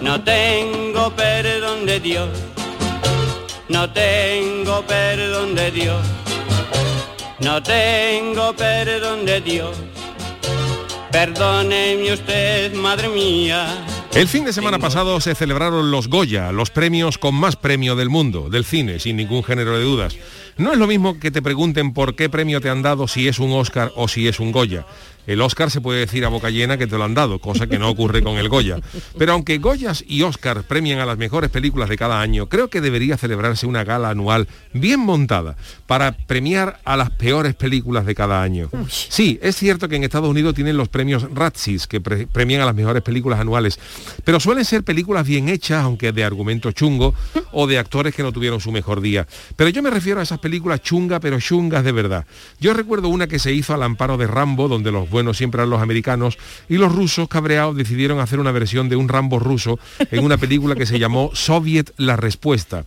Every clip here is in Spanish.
No tengo perdón de Dios, no tengo perdón de Dios, no tengo perdón de Dios. Perdóneme usted, madre mía. El fin de semana pasado se celebraron los Goya, los premios con más premio del mundo, del cine, sin ningún género de dudas. No es lo mismo que te pregunten por qué premio te han dado, si es un Oscar o si es un Goya. El Oscar se puede decir a boca llena que te lo han dado, cosa que no ocurre con el Goya. Pero aunque Goyas y Oscar premian a las mejores películas de cada año, creo que debería celebrarse una gala anual bien montada para premiar a las peores películas de cada año. Sí, es cierto que en Estados Unidos tienen los premios Razzies, que pre- premian a las mejores películas anuales, pero suelen ser películas bien hechas, aunque de argumento chungo o de actores que no tuvieron su mejor día. Pero yo me refiero a esas películas chunga, pero chungas de verdad. Yo recuerdo una que se hizo al amparo de Rambo, donde los buenos siempre eran los americanos, y los rusos cabreados decidieron hacer una versión de un Rambo ruso en una película que se llamó Soviet La Respuesta,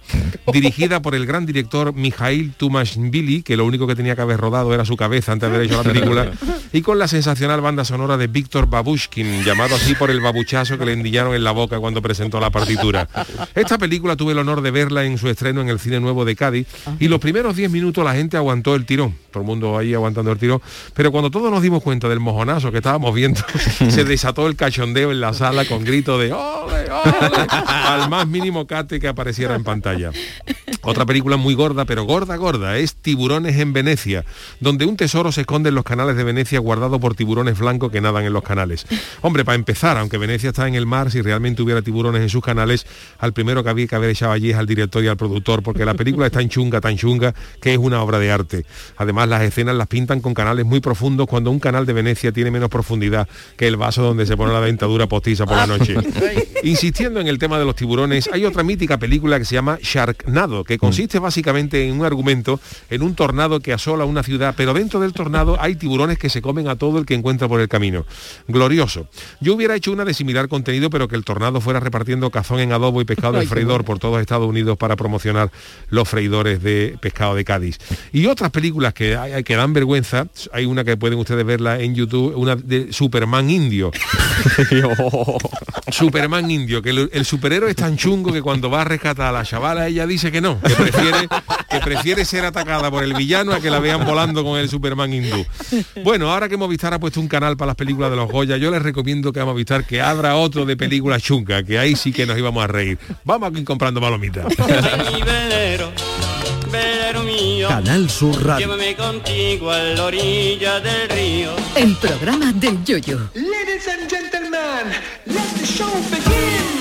dirigida por el gran director Mikhail Tumashvili, que lo único que tenía que haber rodado era su cabeza antes de haber hecho la película, y con la sensacional banda sonora de Víctor Babushkin, llamado así por el babuchazo que le endillaron en la boca cuando presentó la partitura. Esta película tuve el honor de verla en su estreno en el Cine Nuevo de Cádiz, y los primeros 10 minutos la gente aguantó el tirón, todo el mundo ahí aguantando el tirón, pero cuando todos nos dimos cuenta de el mojonazo que estábamos viendo, se desató el cachondeo en la sala con grito de ¡Ole, ole! al más mínimo cate que apareciera en pantalla. Otra película muy gorda, pero gorda, gorda, es Tiburones en Venecia, donde un tesoro se esconde en los canales de Venecia guardado por tiburones blancos que nadan en los canales. Hombre, para empezar, aunque Venecia está en el mar, si realmente hubiera tiburones en sus canales, al primero que había que haber echado allí es al director y al productor, porque la película está en chunga, tan chunga, que es una obra de arte. Además, las escenas las pintan con canales muy profundos cuando un canal de Venecia tiene menos profundidad que el vaso donde se pone la dentadura postiza por la noche. Insistiendo en el tema de los tiburones, hay otra mítica película que se llama Sharknado, que consiste básicamente en un argumento, en un tornado que asola una ciudad, pero dentro del tornado hay tiburones que se comen a todo el que encuentra por el camino. Glorioso. Yo hubiera hecho una de similar contenido, pero que el tornado fuera repartiendo cazón en adobo y pescado en freidor por todos Estados Unidos para promocionar los freidores de pescado de Cádiz. Y otras películas que, hay, que dan vergüenza, hay una que pueden ustedes verla en YouTube una de Superman indio. Superman indio, que el, el superhéroe es tan chungo que cuando va a rescatar a la chavala ella dice que no, que prefiere, que prefiere ser atacada por el villano a que la vean volando con el Superman hindú. Bueno, ahora que Movistar ha puesto un canal para las películas de los Goya, yo les recomiendo que a Movistar que abra otro de películas chunga, que ahí sí que nos íbamos a reír. Vamos aquí comprando palomitas. Ay, velero, velero mío, Canal Sur Radio. llévame contigo a la orilla del río. El programa del yoyo. Ladies and gentlemen, let the show begin.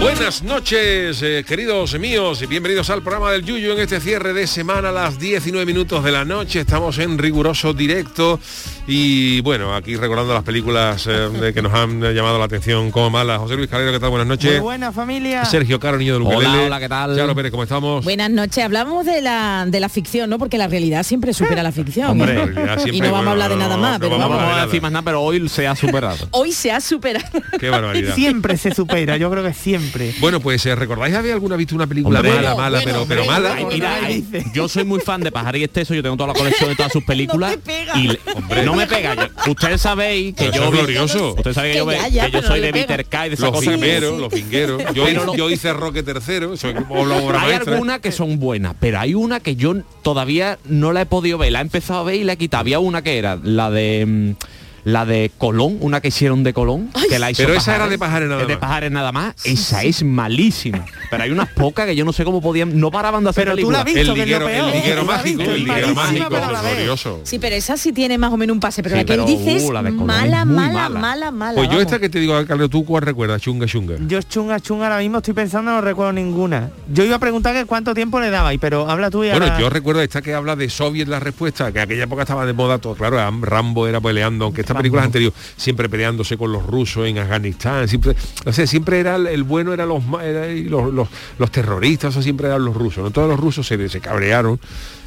Buenas noches, eh, queridos míos, y bienvenidos al programa del Yuyu en este cierre de semana a las 19 minutos de la noche. Estamos en riguroso directo y bueno, aquí recordando las películas eh, de que nos han eh, llamado la atención como malas. José Luis Calero, ¿qué tal? Buenas noches. Muy buena familia. Sergio Caro, niño del Hola, ukelele. hola, ¿qué tal? Charo Pérez, ¿cómo estamos? Buenas noches. Hablamos de la, de la ficción, ¿no? Porque la realidad siempre supera la ficción. Hombre, ¿no? la realidad y siempre- no vamos a hablar de no, nada más, no pero vamos No vamos. vamos a decir más nada, pero hoy se ha superado. ¿eh? Hoy se ha superado. Qué barbaridad. Siempre se supera, yo creo que siempre. Bueno, pues eh, ¿recordáis habéis alguna visto una película Hombre. mala, Bueno, mala, bueno, pero, pero hombre, mala? Ay, Ay, mira, ay, ay, yo soy muy fan de Pajar y Esteso, yo tengo toda la colección de todas sus películas. No te pega. Y le- no me pega. yo- ustedes sabéis que Pero eso yo es vi- glorioso. Ustedes saben que Que yo, ve- ya, ya, que yo pero soy no de le pega. Peter Kay, de esas Los cosas que- fingueros, los fingueros. Yo, Pero no- yo hice Roque tercero, soy como una obra hay maestra. algunas que son buenas, pero hay una que yo todavía no la he podido ver. La he empezado a ver y la he quitado. Había una que era la de mm, la de Colón, una que hicieron de Colón, que la hizo Pero esa Pajares. era de Pajares nada Es De más. Pajares nada más. Esa es malísima. Pero hay unas pocas que yo no sé cómo podían. No paraban de hacer Pero tú películas. la viste. El Visto que es lo liguero, el peor. liguero Lo has mágico, visto, el liguero malísima, mágico, pero a la vez. glorioso. Sí, pero esa sí tiene más o menos un pase, pero Sí, la que pero, él dice uh, la de es Colón es mala, muy mala, mala. mala, mala. Pues yo vamos. esta que te digo, Carlos, ¿tú cuál recuerdas? Chunga, chunga. Yo chunga chunga ahora mismo estoy pensando, no recuerdo ninguna. Yo iba a preguntar que cuánto tiempo le dabais, pero habla tú y Bueno, ahora- yo recuerdo esta que habla de Soviet la respuesta, que en aquella época estaba de moda todo, claro, Am- Rambo era peleando, aunque esta película es anterior, siempre peleándose con los rusos en Afganistán, siempre, no sé, siempre era el, el bueno era los ma- era- y los, los- los terroristas, eso siempre eran los rusos, ¿no? Todos los rusos se, se cabrearon.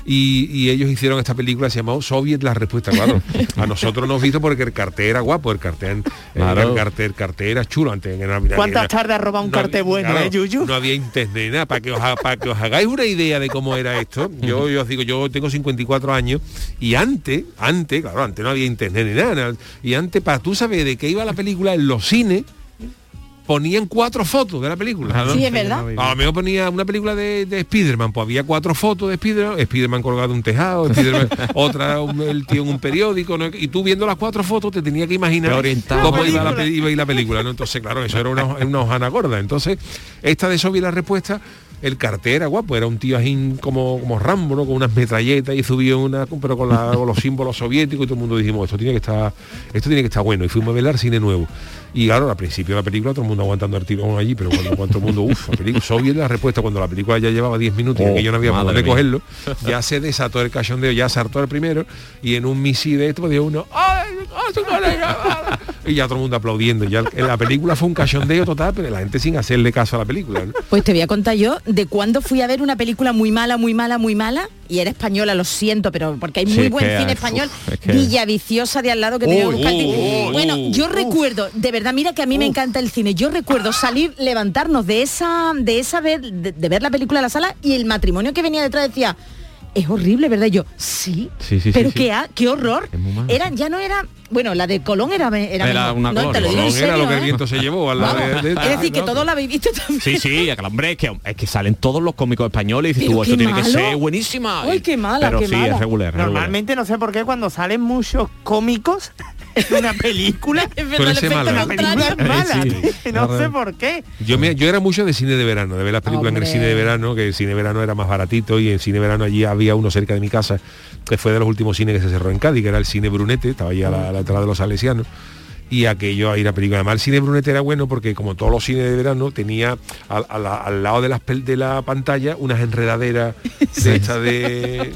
Y, y ellos hicieron esta película, se llamó Soviet la respuesta, claro. A nosotros nos viste porque el cartel era guapo, el cartel, Claro. el cartel, el cartel era chulo antes. en la- ¿Cuántas en la- tardes has robado un había- cartel bueno, eh, Yuyu? No había internet, ni nada, para que, os, ha- para que os hagáis una idea de cómo era esto. Yo, yo os digo, yo tengo 54 años y antes, antes, claro, antes no había internet ni nada, nada. Y antes, para tú saber de qué iba la película en los cines, ponían cuatro fotos de la película. Sí, es verdad. A lo mejor ponía una película de, de Spiderman, pues había cuatro fotos de Spiderman, Spiderman colgado en un tejado, Spiderman- otra un- el tío en un periódico, ¿no? y tú viendo las cuatro fotos te tenía que imaginar Te orientaba. cómo La iba la, película. pe- iba a ir la película, ¿no? Entonces, claro, eso era una, hoja- una hojana gorda. Entonces, esta de Sobi la respuesta, el cartel era guapo, era un tío así como, como Rambo, ¿no? Con unas metralletas y subió una, pero con, la- con los símbolos soviéticos y todo el mundo dijimos, esto tiene que estar, esto tiene que estar bueno. Y fuimos a velar cine nuevo. Y claro, al principio de la película todo el mundo aguantando el tirón allí, pero cuando, cuando todo el mundo, uff, la película, Soviet la respuesta, cuando la película ya llevaba 10 minutos Oh, y que yo no había madre podido mía. cogerlo, ya se desató el cachondeo, ya saltó el primero y en un misil de esto dio uno, ¡ay! ¡A su colega! ¡Ah! Y ya todo el mundo aplaudiendo. Ya el- la película fue un cachondeo total, pero la gente sin hacerle caso a la película. ¿no? Pues te voy a contar yo de cuando fui a ver una película muy mala, muy mala, muy mala, y era española, lo siento, pero porque hay Sí, muy es buen que, cine uf, español, es que- Villaviciosa de al lado que tenía Uy, un jardín. uy, uy, Bueno, uy, yo recuerdo, de verdad, mira que a mí me encanta el cine, yo recuerdo salir, levantarnos de esa, de esa ver, de, de ver la película en la sala y el matrimonio que venía detrás decía. Es horrible, ¿verdad? Y Yo, sí, Sí, sí, sí, pero sí. qué, ha- qué horror. Es muy mala. Eran, ya no era, bueno, la de Colón era, era, Era mejor. una no, te cosa, lo digo en Colón era lo serio, que el ¿eh? viento se llevó. a la- Vamos, de- de- es decir, que no, todo la habéis visto también. Sí, sí, aquel hombre, es que, es que salen todos los cómicos españoles y dices Pero tú, esto qué tiene que malo. ser buenísima. Ay, qué mala, Pero qué sí, mala. es regular. regular. Normalmente no sé por qué cuando salen muchos cómicos de una película, Es Suele ser malo, la ¿eh? película es mala. Sí, sí. no sé por qué. Yo, me- yo era mucho de cine de verano, de ver las películas en el Hombre. cine de verano, que el cine de verano era más baratito y el cine de verano allí había uno cerca de mi casa, que fue de los últimos cines que se cerró en Cádiz, que era el cine Brunete, estaba allí a la, a la entrada de los salesianos. Y aquello ahí la película. Además, el cine Brunete era bueno porque como todos los cines de verano, tenía al, a la- al lado de, las pel- de la pantalla unas enredaderas de estas de.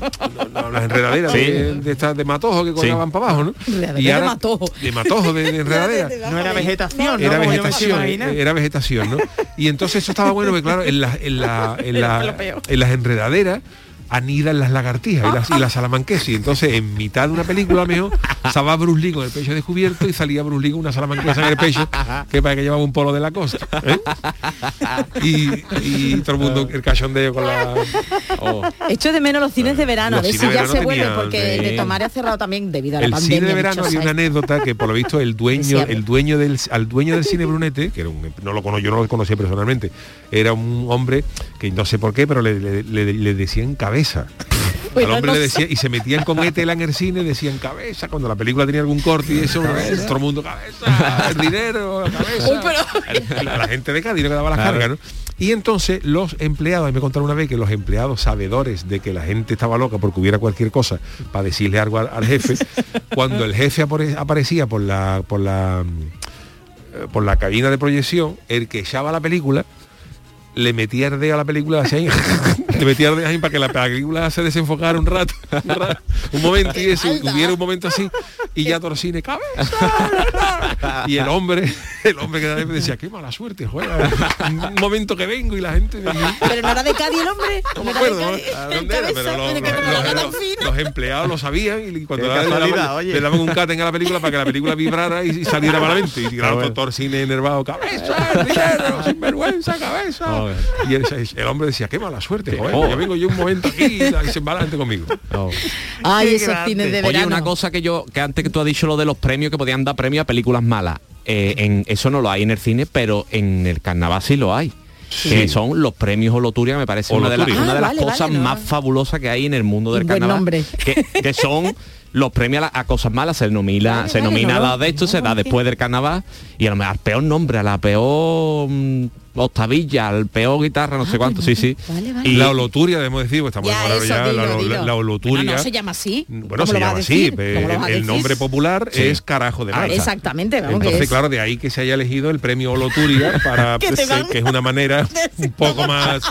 no, no, unas enredaderas Sí. de, de estas de matojo que colgaban para abajo, ¿no? Enredaderas de ahora- matojo. De matojo, de, de enredadera No era vegetación, era ¿no? Como yo me vegetación imagino. eh, era vegetación no y entonces eso estaba bueno porque claro en las en, la- en la- lo peor. en las enredaderas anidan las lagartijas y las, y las salamanquesas. Y entonces en mitad de una película mejor estaba Bruce Lee con el pecho descubierto y salía Bruce Lee con una salamanquesa en el pecho que para que llevaba un polo de la costa ¿eh? y, y todo el mundo el cachondeo con la Oh. Echo de menos los cines de verano, a Los ver si cines de ya verano se vuelve, tenían, porque sí. el de Tomar ha cerrado también debido a la el pandemia. cine de verano dicho había sea. una anécdota que por lo visto el dueño Decía, el dueño del al dueño del cine Brunete que era un- no lo cono- yo no lo conocía personalmente era un hombre que no sé por qué pero le, le- le- le decían cabeza al Bueno, hombre no le sé. decía y se metían con Etela en el cine decían cabeza cuando la película tenía algún corte y eso todo el mundo cabeza el dinero cabeza Uy, pero- la, la gente de Cádiz no que daba las Claro. cargas, ¿no? Y entonces los empleados, a mí me contaron una vez que los empleados sabedores de que la gente estaba loca porque hubiera cualquier cosa para decirle algo al, al jefe, cuando el jefe apare- aparecía por la, por la eh, por la cabina de proyección, el que echaba la película le metía el dedo a la película así, ahí, le metía el dedo ahí para que la película se desenfocara un rato, un, rato, un momento y eso, Alda. hubiera un momento así y ya torcine cabeza y el hombre el hombre que era jefe decía qué mala suerte juega un momento que vengo y la gente Pero no era de Cádiz el hombre. no no me era de acuerdo ¿no? Cádiz. ¿Dónde El era? cabeza, pero los, tiene que los- ver la gana tan los- fina. los empleados lo sabían y Qué cuando le daban- le, casualidad, daban, oye. le daban un cate a la película para que la película vibrara y, y saliera malamente y claro bueno. todo el cine enervado cabeza dinero sinvergüenza cabeza Joder. y el, el hombre decía qué mala suerte Sí, joder, joder. que vengo yo un momento aquí y se va adelante conmigo Oh. Ay, Qué esos grande. cines de verano. Oye, una cosa que yo, que antes que tú has dicho lo de los premios que podían dar premios a películas malas. eh, en, eso no lo hay en el cine, pero en el carnaval sí lo hay. Que son los premios Holoturia, me parece una de, las- Holoturia. una de Ah, las vale, cosas vale, no. más fabulosas que hay en el mundo del Un buen carnaval. nombre. Que, que son los premios a, la- a cosas malas, se nomina, Vale, se vale, nomina no, la de esto, se da después del carnaval y a lo mejor al peor nombre, a la peor mm, Octavilla, el peor guitarra, no sé cuánto, sí, sí. Ah, pues Vale, vale. Y la oloturia, debemos decir, pues estamos Ya, enamorados eso, ya, la, dilo, olo- dilo. la- la oloturia. Bueno, no se llama así. Bueno, ¿Cómo se lo vas llama a así, decir? pe- ¿Cómo lo vas a el, el decir? nombre popular Sí. es carajo de Ah, marcha. Exactamente, vamos, que Entonces, es- claro, de ahí que se haya elegido el premio Oloturia para pues, eh, Que te van- que es una manera un poco más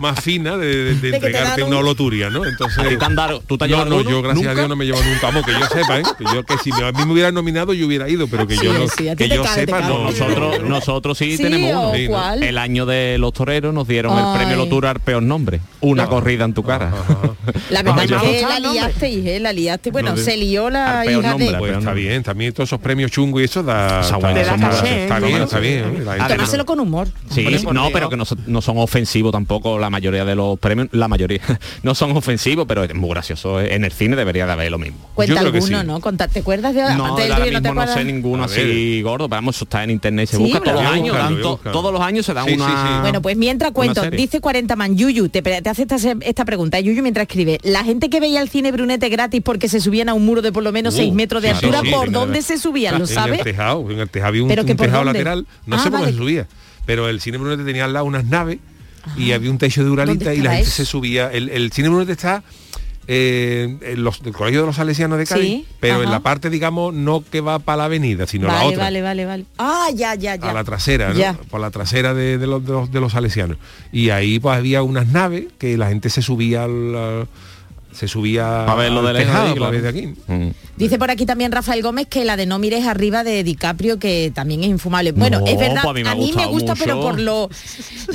más fina de, de- de te entregarte dan una un- Oloturia, ¿no? Entonces, ¿A ti te han dado- tú te has no, llevado no, alguno? yo gracias a ¿Nunca? Dios no me llevo nunca, vamos, que yo sepa, ¿eh? Que yo que si me- a mí me hubieran nominado yo hubiera ido, pero que yo Sí, no, sí, a ti que te yo cabe, te sepa cabe. Ah, no. Nosotros, nosotros sí, Sí, tenemos uno. o Sí, ¿no? cuál. El año de los toreros nos dieron el Ay. premio Lotura al peor nombre. Una Ah. corrida en tu cara. La verdad Vamos, es que ya. la liaste, hija, la liaste. Bueno, No, de- se lió la al peor hija nombre, de... al Pues Pero está no. bien, también todos esos premios chungos y eso da, Son está, buenos, está son mal, buenos. está Sí, bien, sí, está sí. bien. hombre, la gente Tomárselo con humor. Sí, Hombre, por no, Dios. pero que no, son- no son ofensivos tampoco la mayoría de los premios, la mayoría no son ofensivos, pero es muy gracioso. eh, En el cine debería de haber lo mismo. Cuenta creo que alguno, sí. ¿no? Conta- ¿Te acuerdas de No, antes del ahora tuyo, mismo no, te sé acuerdas? ninguno A así gordo, pero vamos, eso está en internet, se Sí, busca pero- todos los Voy a años, buscarlo, dan voy a to- buscarlo. todos los años se da Sí, sí, una... sí. Bueno, pues mientras cuento, serie. dice 40 man, Yuyu, te, pre- te hace esta, se- esta pregunta, Yuyu mientras escribe, la gente que veía el cine Brunete gratis porque se subían a un muro de por lo menos Uh, 6 metros de sí, sí, altura, sí, ¿por sí, dónde sí. se subían? ¿Lo En el sabes? tejado, en el tejado había un, ¿Pero que un por tejado dónde? lateral, no Ah, sé por dónde vale. se subía, pero el cine Brunete tenía al lado unas naves y había un techo de uralita ¿Dónde y la estaba gente eso? se subía. El, el cine Brunete está eh, en los, del Colegio de los Salesianos de Cádiz, Sí, pero en ajá. la parte, digamos, no que va para la avenida, sino la vale, otra. vale, vale, vale. Ah, ya, ya, ya. A la trasera, ¿no? Ya. Por la trasera de, de los, de, los, de los salesianos. Y ahí pues había unas naves que la gente se subía al, al- se subía Para verlo al de lejos tejado, ahí, para claro. ver de aquí. Mm. Dice por aquí también Rafael Gómez que la de no mires arriba de DiCaprio, que también es infumable. Bueno, No, es verdad, pues a mí me ha gustado gusta, mucho. pero por lo...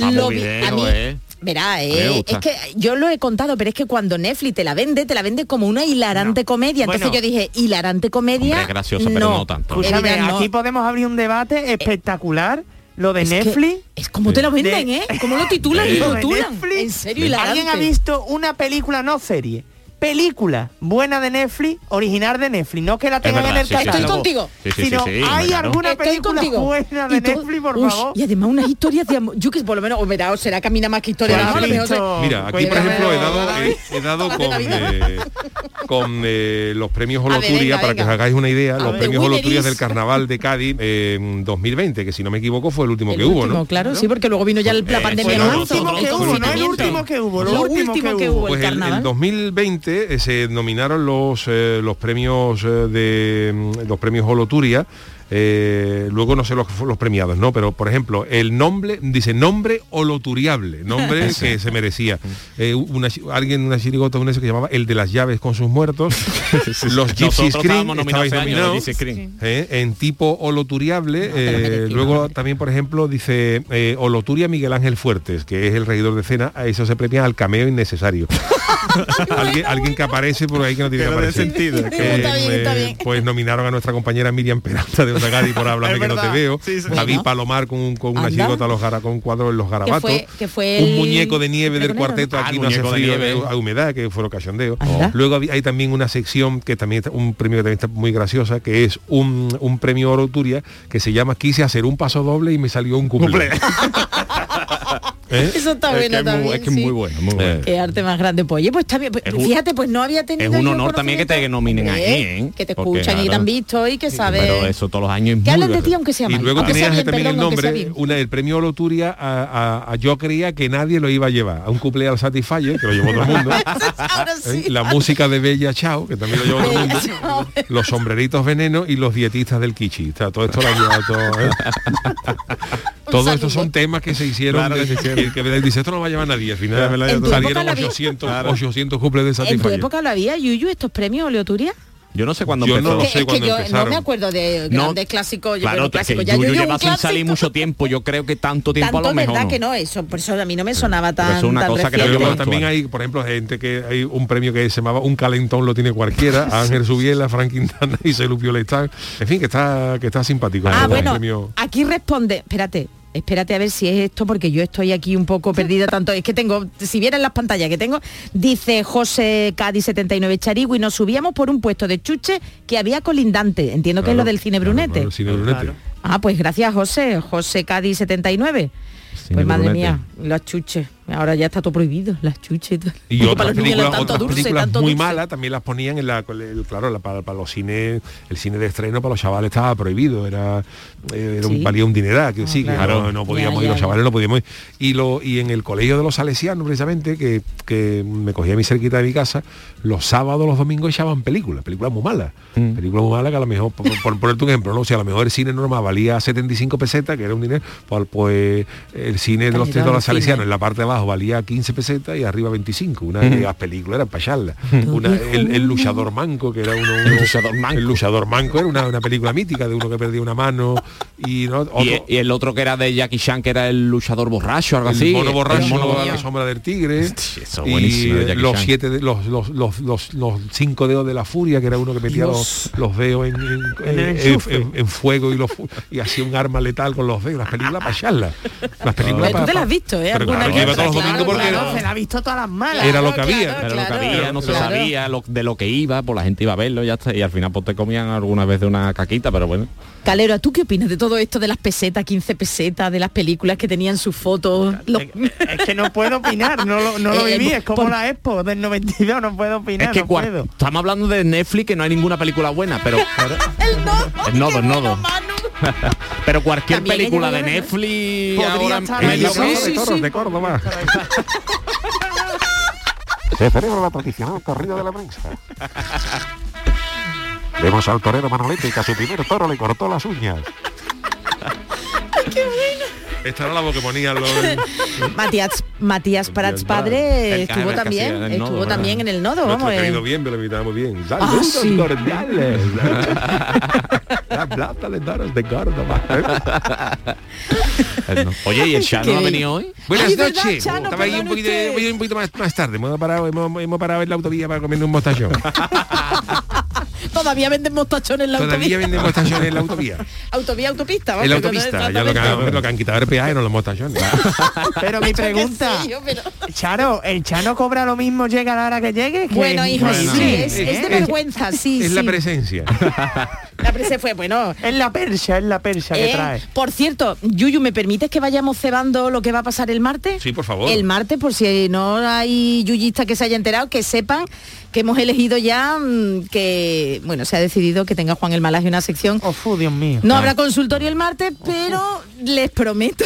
Vamos, vi- video, eh. Verá, mí me eh, gusta. es que yo lo he contado, pero es que cuando Netflix te la vende, te la vende como una hilarante No. comedia. Entonces Bueno. yo dije, hilarante comedia. Hombre, es gracioso, pero no tanto. Escúchame, Evidente, no. aquí podemos abrir un debate espectacular, lo de Es que- Netflix. es como te lo De- venden, ¿eh? Como lo titulan y Lo lo de titulan. Netflix. En serio, ¿Alguien hilarante. ha visto una película, no serie? Película buena de Netflix, original de Netflix, no que la tengan verdad, en el sí, sí, sí. catálogo. Estoy contigo. Sí, sí, sí, sino sí, hombre, hay claro. alguna Estoy película contigo. buena de Y todo- Netflix, por Uy, favor. Y además unas historias de amor. Yo que por lo menos, o verá, o será que a mí nada más que historias de Pues amor. sí. a lo mejor se- Mira, aquí por Cuéntamelo, ejemplo he dado, David. he, he dado David. con, eh, con, eh, los premios ver, Holoturia, venga, para que os venga. hagáis una idea, A los ver. premios Winner Holoturia is- del Carnaval de Cádiz eh, 2020, que si no me equivoco fue el último El que hubo, último, ¿no? Claro, sí, porque luego vino ya el- la Eh, pandemia. Fue sí, en no, lo no, marzo, último otro que hubo, no el confinamiento. último que hubo, lo, Lo último, que hubo. el Pues el, carnaval. el 2020 eh, se nominaron los, eh, los premios eh, de mm, los premios Holoturia. eh, luego no sé los, los premiados, ¿no? Pero por ejemplo, el nombre, dice nombre holoturiable, nombre que se merecía. Eh, una chi- alguien, una chirigota, un eso que llamaba El de las llaves con sus muertos. los Gypsy Nosotros Screen estábamos nominados estabais ese año, los nominados. Gypsy Screen. ¿eh? en tipo holoturiable. eh, merecido, luego hombre. también, por ejemplo, dice eh, Holoturia Miguel Ángel Fuertes, que es el regidor de cena, a eso se premia al cameo innecesario. alguien, alguien que aparece por ahí que no tiene que, Que no tiene aparecer. sentido. Eh, Sí, está bien, está eh, bien. Pues nominaron a nuestra compañera Miriam Peralta de Otagadi por hablarme Es que no te verdad. veo. Sí, sí. Javi Bueno. Palomar con, un- con una Anda. chigota a los gara- con un cuadro en los garabatos. fue- que fue un el- muñeco de nieve el del pregonero, ¿no? cuarteto, Ah, aquí el no hace muñeco de frío, nieve. a humedad, que fue lo cachondeo. Anda. Luego había- hay también una sección que también está, un premio que también está muy graciosa, que es un, un premio Oro Turia que se llama Quise hacer un paso doble y me salió un cumple. ¿Eh? Eso está Es que bueno es muy- también. es que es muy sí. bueno, muy bueno. Qué arte más grande. Pues oye, pues está bien. Pues, Es un- fíjate, pues no había tenido. un yo honor también que te conocimiento. nominen ahí, Eh, ¿eh? Que te Porque, escuchan y que te claro. han visto y que sabes. Pero eso todos los años es que muy hablan de ti gracioso. aunque sea Y mal. luego aunque sea tenías bien, también el perdón, aunque sea nombre, bien. una- el premio Loturia a, a- a Yo creía que nadie lo iba a llevar, a un cuplé al Satisfyer, que lo llevó todo el mundo. Ahora ¿eh? sí. La música de Bella Chao, que también lo llevó todo el mundo. Los sombreritos veneno y los dietistas del Kichi. O sea, todo esto lo ha llevado todo. ¿eh? Todo esto son temas que se hicieron. Claro que se hicieron. que- que dice, esto no va a llevar nadie. Al Ya me final la- En tu época salieron la vi- 800, 800 cuples de ¿En tu Satisfyer. época lo había, Yuyu, estos premios Oleoturia? Yo no sé cuándo Yo empezó. no lo Que- sé es que cuándo yo empezaron. no me acuerdo de No, grandes clásicos. Yo claro, creo es que clásicos. Ya Yuyu Yuyu es un lleva sin clásico. salir mucho tiempo. Yo creo que tanto tiempo Tanto a lo mejor verdad no. que no, eso, por eso a mí no me sonaba tan, Pero es una tan cosa que Pero Fíjate. luego reciente. llevaba- también hay, por ejemplo, gente que hay un premio que se llamaba Un calentón lo tiene cualquiera, a Ángel Subiela, Frank Quintana y Celupio Leitán. En fin, que está que está simpático. Ah, ¿no? bueno, El premio. aquí responde, espérate, espérate a ver si es esto porque yo estoy aquí un poco perdida tanto, es que tengo, si vieran las pantallas que tengo, dice José Cádiz 79 Charigui, nos subíamos por un puesto de chuche que había colindante, entiendo que es lo Claro, del cine claro, Brunete. claro, el cine Brunete. Ah, pues gracias José, José Cádiz 79. Cine pues madre Brunete. mía, los chuches. Ahora ya está todo prohibido, las chuches. y todo. Y Porque otras para los niños películas, era tanto otras dulce, películas tanto muy dulce. malas también las ponían en la, con el- claro, la- para, para los cines, el cine de estreno para los chavales estaba prohibido, era, eh, era un, Sí. Ah, valía un dineral, que sí, que claro. no, no podíamos Ya, ir, ya, los ya. chavales no podíamos ir. Y, lo, y en el colegio de los salesianos, precisamente, que, que me cogía mi cerquita de mi casa, los sábados, los domingos echaban películas, películas muy malas, Mm. películas muy malas que a lo mejor, por, por ponerte un ejemplo, ¿no? o sea, a lo mejor el cine normal valía 75 pesetas, que era un dinero, pues, pues, el cine de los Calidad teatros de los del cine. salesianos, en la parte de abajo valía 15 pesetas y arriba 25. Una de las películas era para echarla. Una- el, el luchador manco, que era uno, El luchador manco. el luchador manco era una, una película mítica de uno que perdía una mano y no, otro- Y, e- y el otro que era de Jackie Chan, que era el luchador borracho, algo el así. mono borracho El mono a la borracho. sombra del tigre Sí, eso es y buenísimo de eh, Jackie los Chan. siete de- los, los, los, los, los cinco dedos de la furia que era uno que metía los, los dedos en, en- En el en- enchufe. en- en fuego y, los fu- y hacía un arma letal con los dedos las películas para echarlas las películas Hombre, tú pa- te las has pa- visto, ¿eh? Pero Alguna claro, que yo iba otra, todos los domingos claro, porque claro. se la ha visto a todas las malas. era lo que había claro, Era lo que claro, había, no se claro. sabía lo- de lo que iba, pues la gente iba a verlo ya está, y al final pues te comían alguna vez de una caquita, pero bueno. Calero, ¿a ¿tú qué opinas de todo esto de las pesetas, 15 pesetas, de las películas que tenían sus fotos? Los- Es que no puedo opinar, no lo, no lo Eh, viví, es como por- la Expo del 92, no puedo opinar, es que no cua- puedo. estamos hablando de Netflix que no hay ninguna película buena, pero el nodo. El nodo, el nodo. pero cualquier También ella película lleva de la- Netflix Podría ahora estar en la Sí, Plaza sí, de toros sí. de Córdoba Se celebra la tradicional corrida de la prensa. Vemos al torero Manolete que a su primer toro le cortó las uñas. Esta era la voz que ponían los... Matías, Matías Prats padre El estuvo cadáver que también, hacía en el estuvo nodo, también en ¿verdad? el nodo, Nuestro vamos. eh. querido bien, lo invitaba muy bien. Ah, Saludos sí. cordiales. La plata de toros de Córdoba. ¿eh? Eh, Oye, ¿y el Qué Chano ha bello. venido hoy? Buenas Ay, verdad, noches. Chano, Estaba ahí un perdone poquito, usted. voy un poquito más, más tarde. Hemos parado, hemos, hemos parado en la autovía para comer un mostachón. Todavía venden mostachones en la Todavía autovía. venden mostachones en la autovía. Autovía, autopista, vamos, En la que todo es autopista. Ya lo que, han, lo que han quitado el peaje eran los mostachones. Pero mi pregunta, Yo qué sé yo, pero- Charo, ¿el Chano cobra lo mismo, llega a la hora que llegue? que- Bueno, hijo, Bueno, sí, sí, es, es- es de ¿Eh? es- vergüenza, sí, es la sí. presencia. La prese fue, bueno. Es la persa, es la persa eh, que trae. por cierto, Yuyu, ¿me permites que vayamos cebando lo que va a pasar el martes? Sí, por favor. El martes, por si no hay yuyistas que se haya enterado, que sepan que hemos elegido ya mm, que, bueno, se ha decidido que tenga Juan el Malaje una sección. Oh. Ofu, Oh, Dios mío. No habrá consultorio el martes, pero les prometo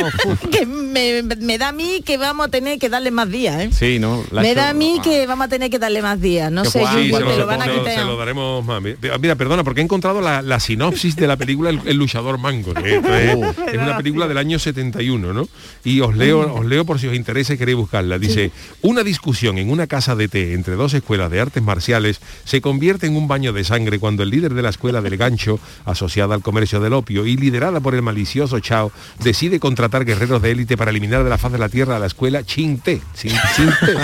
Oh. que me, me da a mí que vamos a tener que darle más días, ¿eh? Sí, ¿no? La ha Me hecho- da a mí Ah. que vamos a tener que darle más días. No Que sé, Juan, Sí, Yuyu, Yuyu, se lo, te lo van a se lo- se quitar. lo daremos más. Mira, perdona, porque he encontrado la, la sinopsis de la película El, el luchador manco. que esto es, Uh. es una película del año 71, ¿no? Y os leo, Mm. os leo por si os interesa y queréis buscarla. Dice, una discusión en una casa de té entre dos escuelas de artes marciales se convierte en un baño de sangre cuando el líder de la escuela del gancho, asociada al comercio del opio y liderada por el malicioso Chao, decide contratar guerreros de élite para eliminar de la faz de la tierra a la escuela Chin Té. Chin- Chin Té,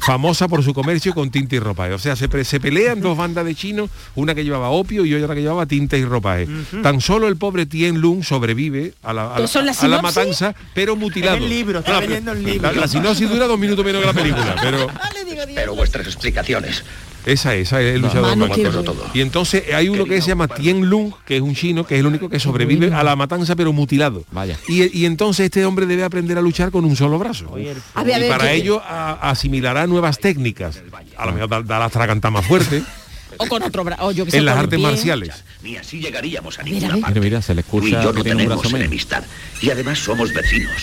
famosa por su comercio con tinta y ropaje. O sea, se, pre- se pelean dos bandas de chinos, una que llevaba opio y otra que llevaba tinta y ropaje. Tan solo el pobre Tien Lung sobrevive a la, a la- ¿Son la a la sinopsis? matanza, pero mutilado. Ah, Es el libro, está La- leyendo el libro. La, la sinopsis dura dos minutos menos que la película, pero Le digo, Dios. Pero vuestras explicaciones esa es, esa es el luchador Manu, manco. qué bueno. Y entonces hay uno que se llama Tien Lung, que es un chino, que es el único que sobrevive a la matanza pero mutilado. Vaya. Y, y entonces este hombre debe aprender a luchar con un solo brazo. A ver, a y ver, para que- ello a- asimilará nuevas técnicas. A lo mejor da, da la traganta más fuerte O con otro brazo. yo que sé, en las con el artes pie. marciales. ni así llegaríamos a ver, ninguna a ver. parte. Mira, mira, se le escucha Tú y yo que no tiene un brazo tenemos menos. enemistad y además somos vecinos.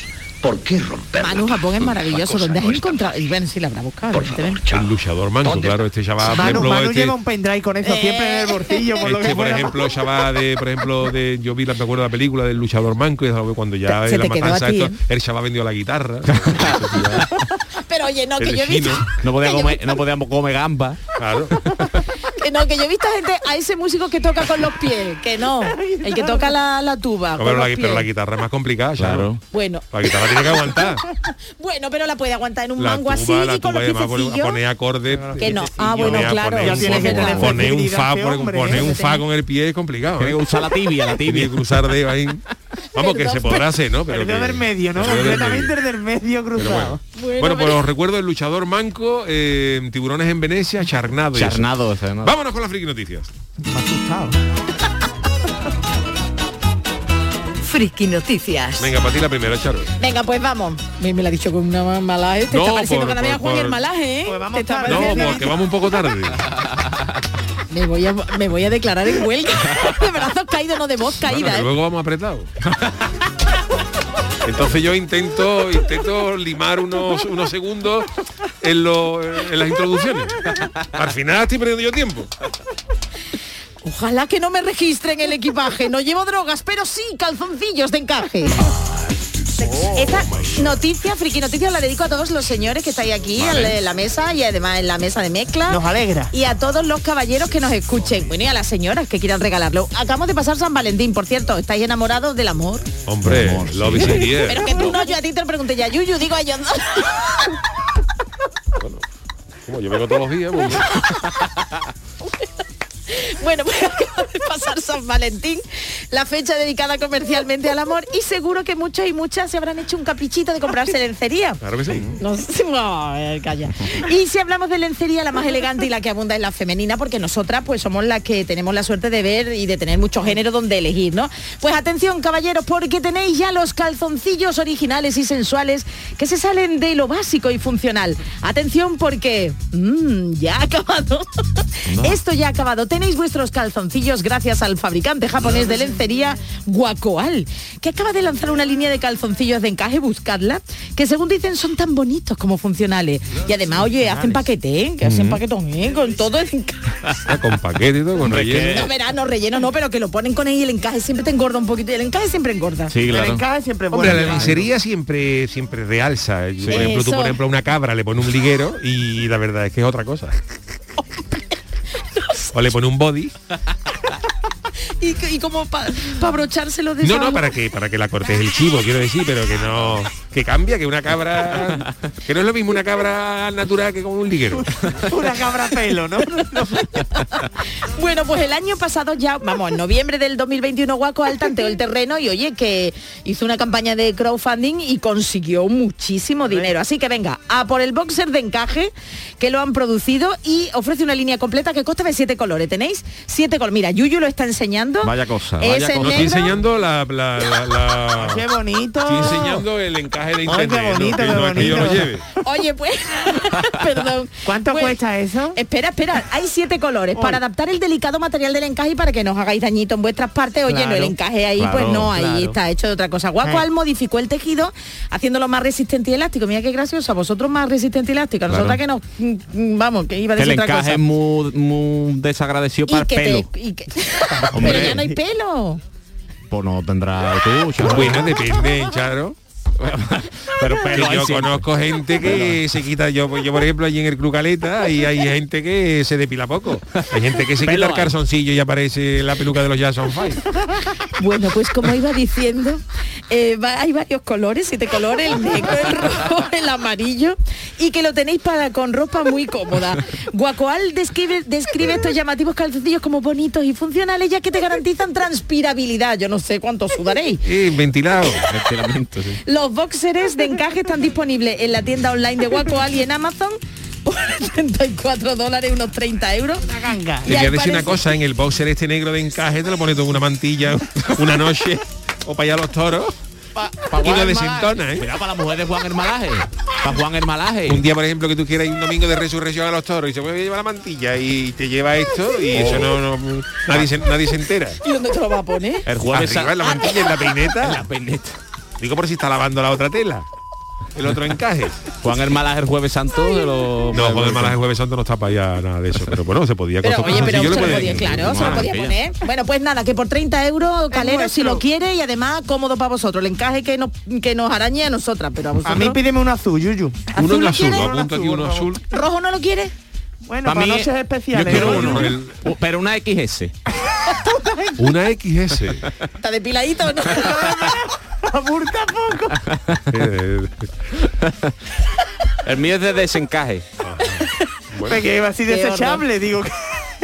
¿Por qué romper? Manu Japón es maravilloso. ¿Dónde has encontrado? Y Bueno, sí, la habrá buscado. Por evidentemente. favor, Chao. El luchador manco, ¿Dónde claro, está? este ya va, por Manu, ejemplo, Manu este- lleva un pendrive con eso siempre en el Eh. bolsillo, por lo que Este, por fuera. ejemplo, ya va de, por ejemplo, de, yo vi, la- me acuerdo de la película del luchador manco y es algo que cuando ya Te- en se la te quedó a matanza ti, esto, ¿eh? el chaval vendió la guitarra. Entonces ya- Pero oye, no, que El yo he visto. chino. No podíamos que, comer, no podíamos comer gamba. Claro. yo, que no, que yo he visto a gente, a ese músico que toca con los pies, que no. El que toca la, la tuba. No, con pero, la, los pero la pies. guitarra es más complicada, Claro. claro. Bueno, La guitarra tiene que aguantar. bueno, pero la puede aguantar en un La mango tuba, así la y con tuba los además pone- piececillos. pone acorde. Que no. Ah, bueno, claro. Ya Poner tiene que tener un, pone un fa, este flexibilidad, por- hombre, poner ¿eh? un fa con el pie es complicado. Tiene ¿eh? que usar la tibia, la Tiene tibia. que cruzar de ahí. Vamos, que Perdón, se podrá hacer, ¿no? El dedo que- del medio, ¿no? el dedo del Completamente medio. el del medio cruzado. Bueno, Bueno, pues pero- os recuerdo el luchador manco, eh, tiburones en Venecia, charnado. y eso. Charnado, o sea, ¿no? Vámonos con las friki noticias. Me ha asustado. Friki Noticias. Venga, para ti la primera, Charo. Venga, pues vamos. Me, me la ha dicho con una malaje. Te No, está pareciendo que por- la vea por- Juan por- el malaje, ¿eh? Pues vamos Te está tarde. No, pareciendo- porque vamos un poco tarde. me, voy a, me voy a declarar en huelga. de brazos caídos, no de voz Bueno, caída, que ¿eh? luego vamos apretados. Entonces yo intento, intento limar unos, unos segundos en, lo- en las introducciones. Al final estoy perdiendo yo tiempo. Ojalá que no me registren el equipaje. No llevo drogas, pero sí calzoncillos de encaje. Esta noticia, friki noticia, la dedico a todos los señores que estáis aquí Vale. en la mesa y además en la mesa de mezcla. Nos alegra. Y a todos los caballeros que nos escuchen. Bueno, y a las señoras que quieran regalarlo. Acabamos de pasar San Valentín, por cierto. ¿Estáis enamorados del amor? Hombre, Love is in the air. Pero que tú no, yo a ti te lo pregunté ya. Yuyu, digo a yo no. Como yo vengo todos los días, pues, Bueno, pues acaba de pasar San Valentín, la fecha dedicada comercialmente al amor, y seguro que muchos y muchas se habrán hecho un caprichito de comprarse lencería. claro que sí. No sé, a ver, calla. Y si hablamos de lencería, la más elegante y la que abunda es la femenina, porque nosotras pues somos las que tenemos la suerte de ver y de tener muchos géneros donde elegir, ¿no? Pues atención, caballeros, porque tenéis ya los calzoncillos originales y sensuales que se salen de lo básico y funcional. Atención porque mm, ya ha acabado. Esto ya ha acabado. Tenéis vuestros calzoncillos gracias al fabricante japonés de lencería Guacoal, que acaba de lanzar una línea de calzoncillos de encaje, buscadla, que según dicen son tan bonitos como funcionales. Y además, oye, hacen paquete, ¿eh? que hacen paquetón, ¿eh? con todo el encaje. Ah, con paquete y todo, con relleno. No, verano, relleno no, pero que lo ponen con ahí el encaje siempre te engorda un poquito. y El encaje siempre engorda. Sí, El claro. encaje siempre es Hombre, bueno. la lencería siempre, siempre realza. Por ejemplo, tú, Eso. por ejemplo, a una cabra le pones un liguero y la verdad es que es otra cosa. O le pone un body. Y, y como para abrochárselo de No, esa- no, para que, para que la cortes el chivo, quiero decir, pero que no. Que cambia, que una cabra. Que no es lo mismo una cabra natural que con un liguero. Una cabra pelo, ¿no? No. Bueno, pues el año pasado ya, vamos, en noviembre del 2021 Guaco al tanteó el terreno y oye que hizo una campaña de crowdfunding y consiguió muchísimo dinero. Así que venga, a por el boxer de encaje que lo han producido y ofrece una línea completa que consta de siete colores. ¿Tenéis? Siete colores. Mira, Yuyu lo está enseñando. Vaya cosa, Es vaya en cosa. No No estoy negro. enseñando la. la, la- la- ¡Qué bonito! Estoy enseñando el encaje de Ay, qué internet. no, bonito, que qué no es que yo lo bonito. lleve. Oye, pues, perdón. ¿Cuánto Pues, cuesta eso? Espera, espera, hay siete colores para adaptar el delicado material del encaje y para que no os hagáis dañito en vuestras partes. Oye, no, el Claro, encaje ahí, pues claro, no, ahí claro. está hecho de otra cosa. Guacual Eh. modificó el tejido haciéndolo más resistente y elástico. Mira qué gracioso, a vosotros más resistente y elástico, a nosotras que nos... mm, mm, Vamos, que iba a Que el decir otra encaje cosa. es muy, muy desagradecido para Y el que pelo. te- y que- Hombre. Pero ya no hay pelo. Pues no tendrá tú, Charo. Bueno, depende, Charo. pero Que pelo hay yo siempre. conozco gente que se quita, yo, pues, yo por ejemplo allí en el Club Caleta y hay gente que se depila poco. Hay gente que se Pelo quita el hay. calzoncillo y aparece la peluca de los Jackson Five. Bueno, pues como iba diciendo, eh, va- hay varios colores, siete colores, el negro, el rojo, el amarillo, y que lo tenéis para con ropa muy cómoda. Guacoal describe, describe estos llamativos calzoncillos como bonitos y funcionales, ya que te garantizan transpirabilidad. Yo no sé cuánto sudaréis. Eh, ventilado. Te lamento, sí. Los boxers de encaje están disponibles en la tienda online de Guacoal y en Amazon por 34 dólares, unos 30 euros. Una ganga. Te Y voy al a decir una parecer- cosa, en el boxer este negro de encaje te lo pones tú en una mantilla una noche o para allá los toros. Y no desentona, ¿eh? Cuidado para la mujer de Juan Hermalaje. Para Juan Hermalaje. Un día, por ejemplo, que tú quieras ir un domingo de resurrección a los toros y se puede llevar la mantilla y te lleva esto y eso no, no- nadie, se, nadie se entera. ¿Y dónde te lo vas a poner? El jueves Ah, Arriba en la mantilla, en la peineta. en la peineta. Digo por si está lavando la otra tela. El otro encaje. Juan Hermalaje el jueves santo de los... No, joder, malas el jueves santo no está para allá nada de eso. Pero bueno, se podía Pero con su oye, pero calzoncillo se le lo podía- podía, claro, se lo podía Maravilla. poner. Bueno, pues nada, que por 30 euros, Calero, si nuestro. lo quiere y además cómodo para vosotros. El encaje que nos, que nos arañe a nosotras, pero a A vosotros. mí pídeme un azul, Yuyu. Uno en lo azul, quiere? apunta aquí uno azul. ¿Rojo no lo quiere? Bueno, Pa' para mí- noches Yo especiales. quiero ¿no, uno. Yuyu? el- U- Pero una XS. una XS. ¿Está depiladito o no? Abur tampoco. Eh, El mío es de desencaje. Porque iba así Qué desechable, digo que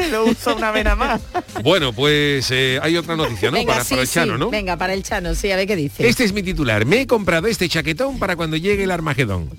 lo uso una vena más. Bueno, pues eh, hay otra noticia, ¿no? Venga, para, sí, para el Chano, sí. ¿no? Venga, para el Chano, sí, a ver qué dice. Este es mi titular. Me he comprado este chaquetón para cuando llegue el Armagedón.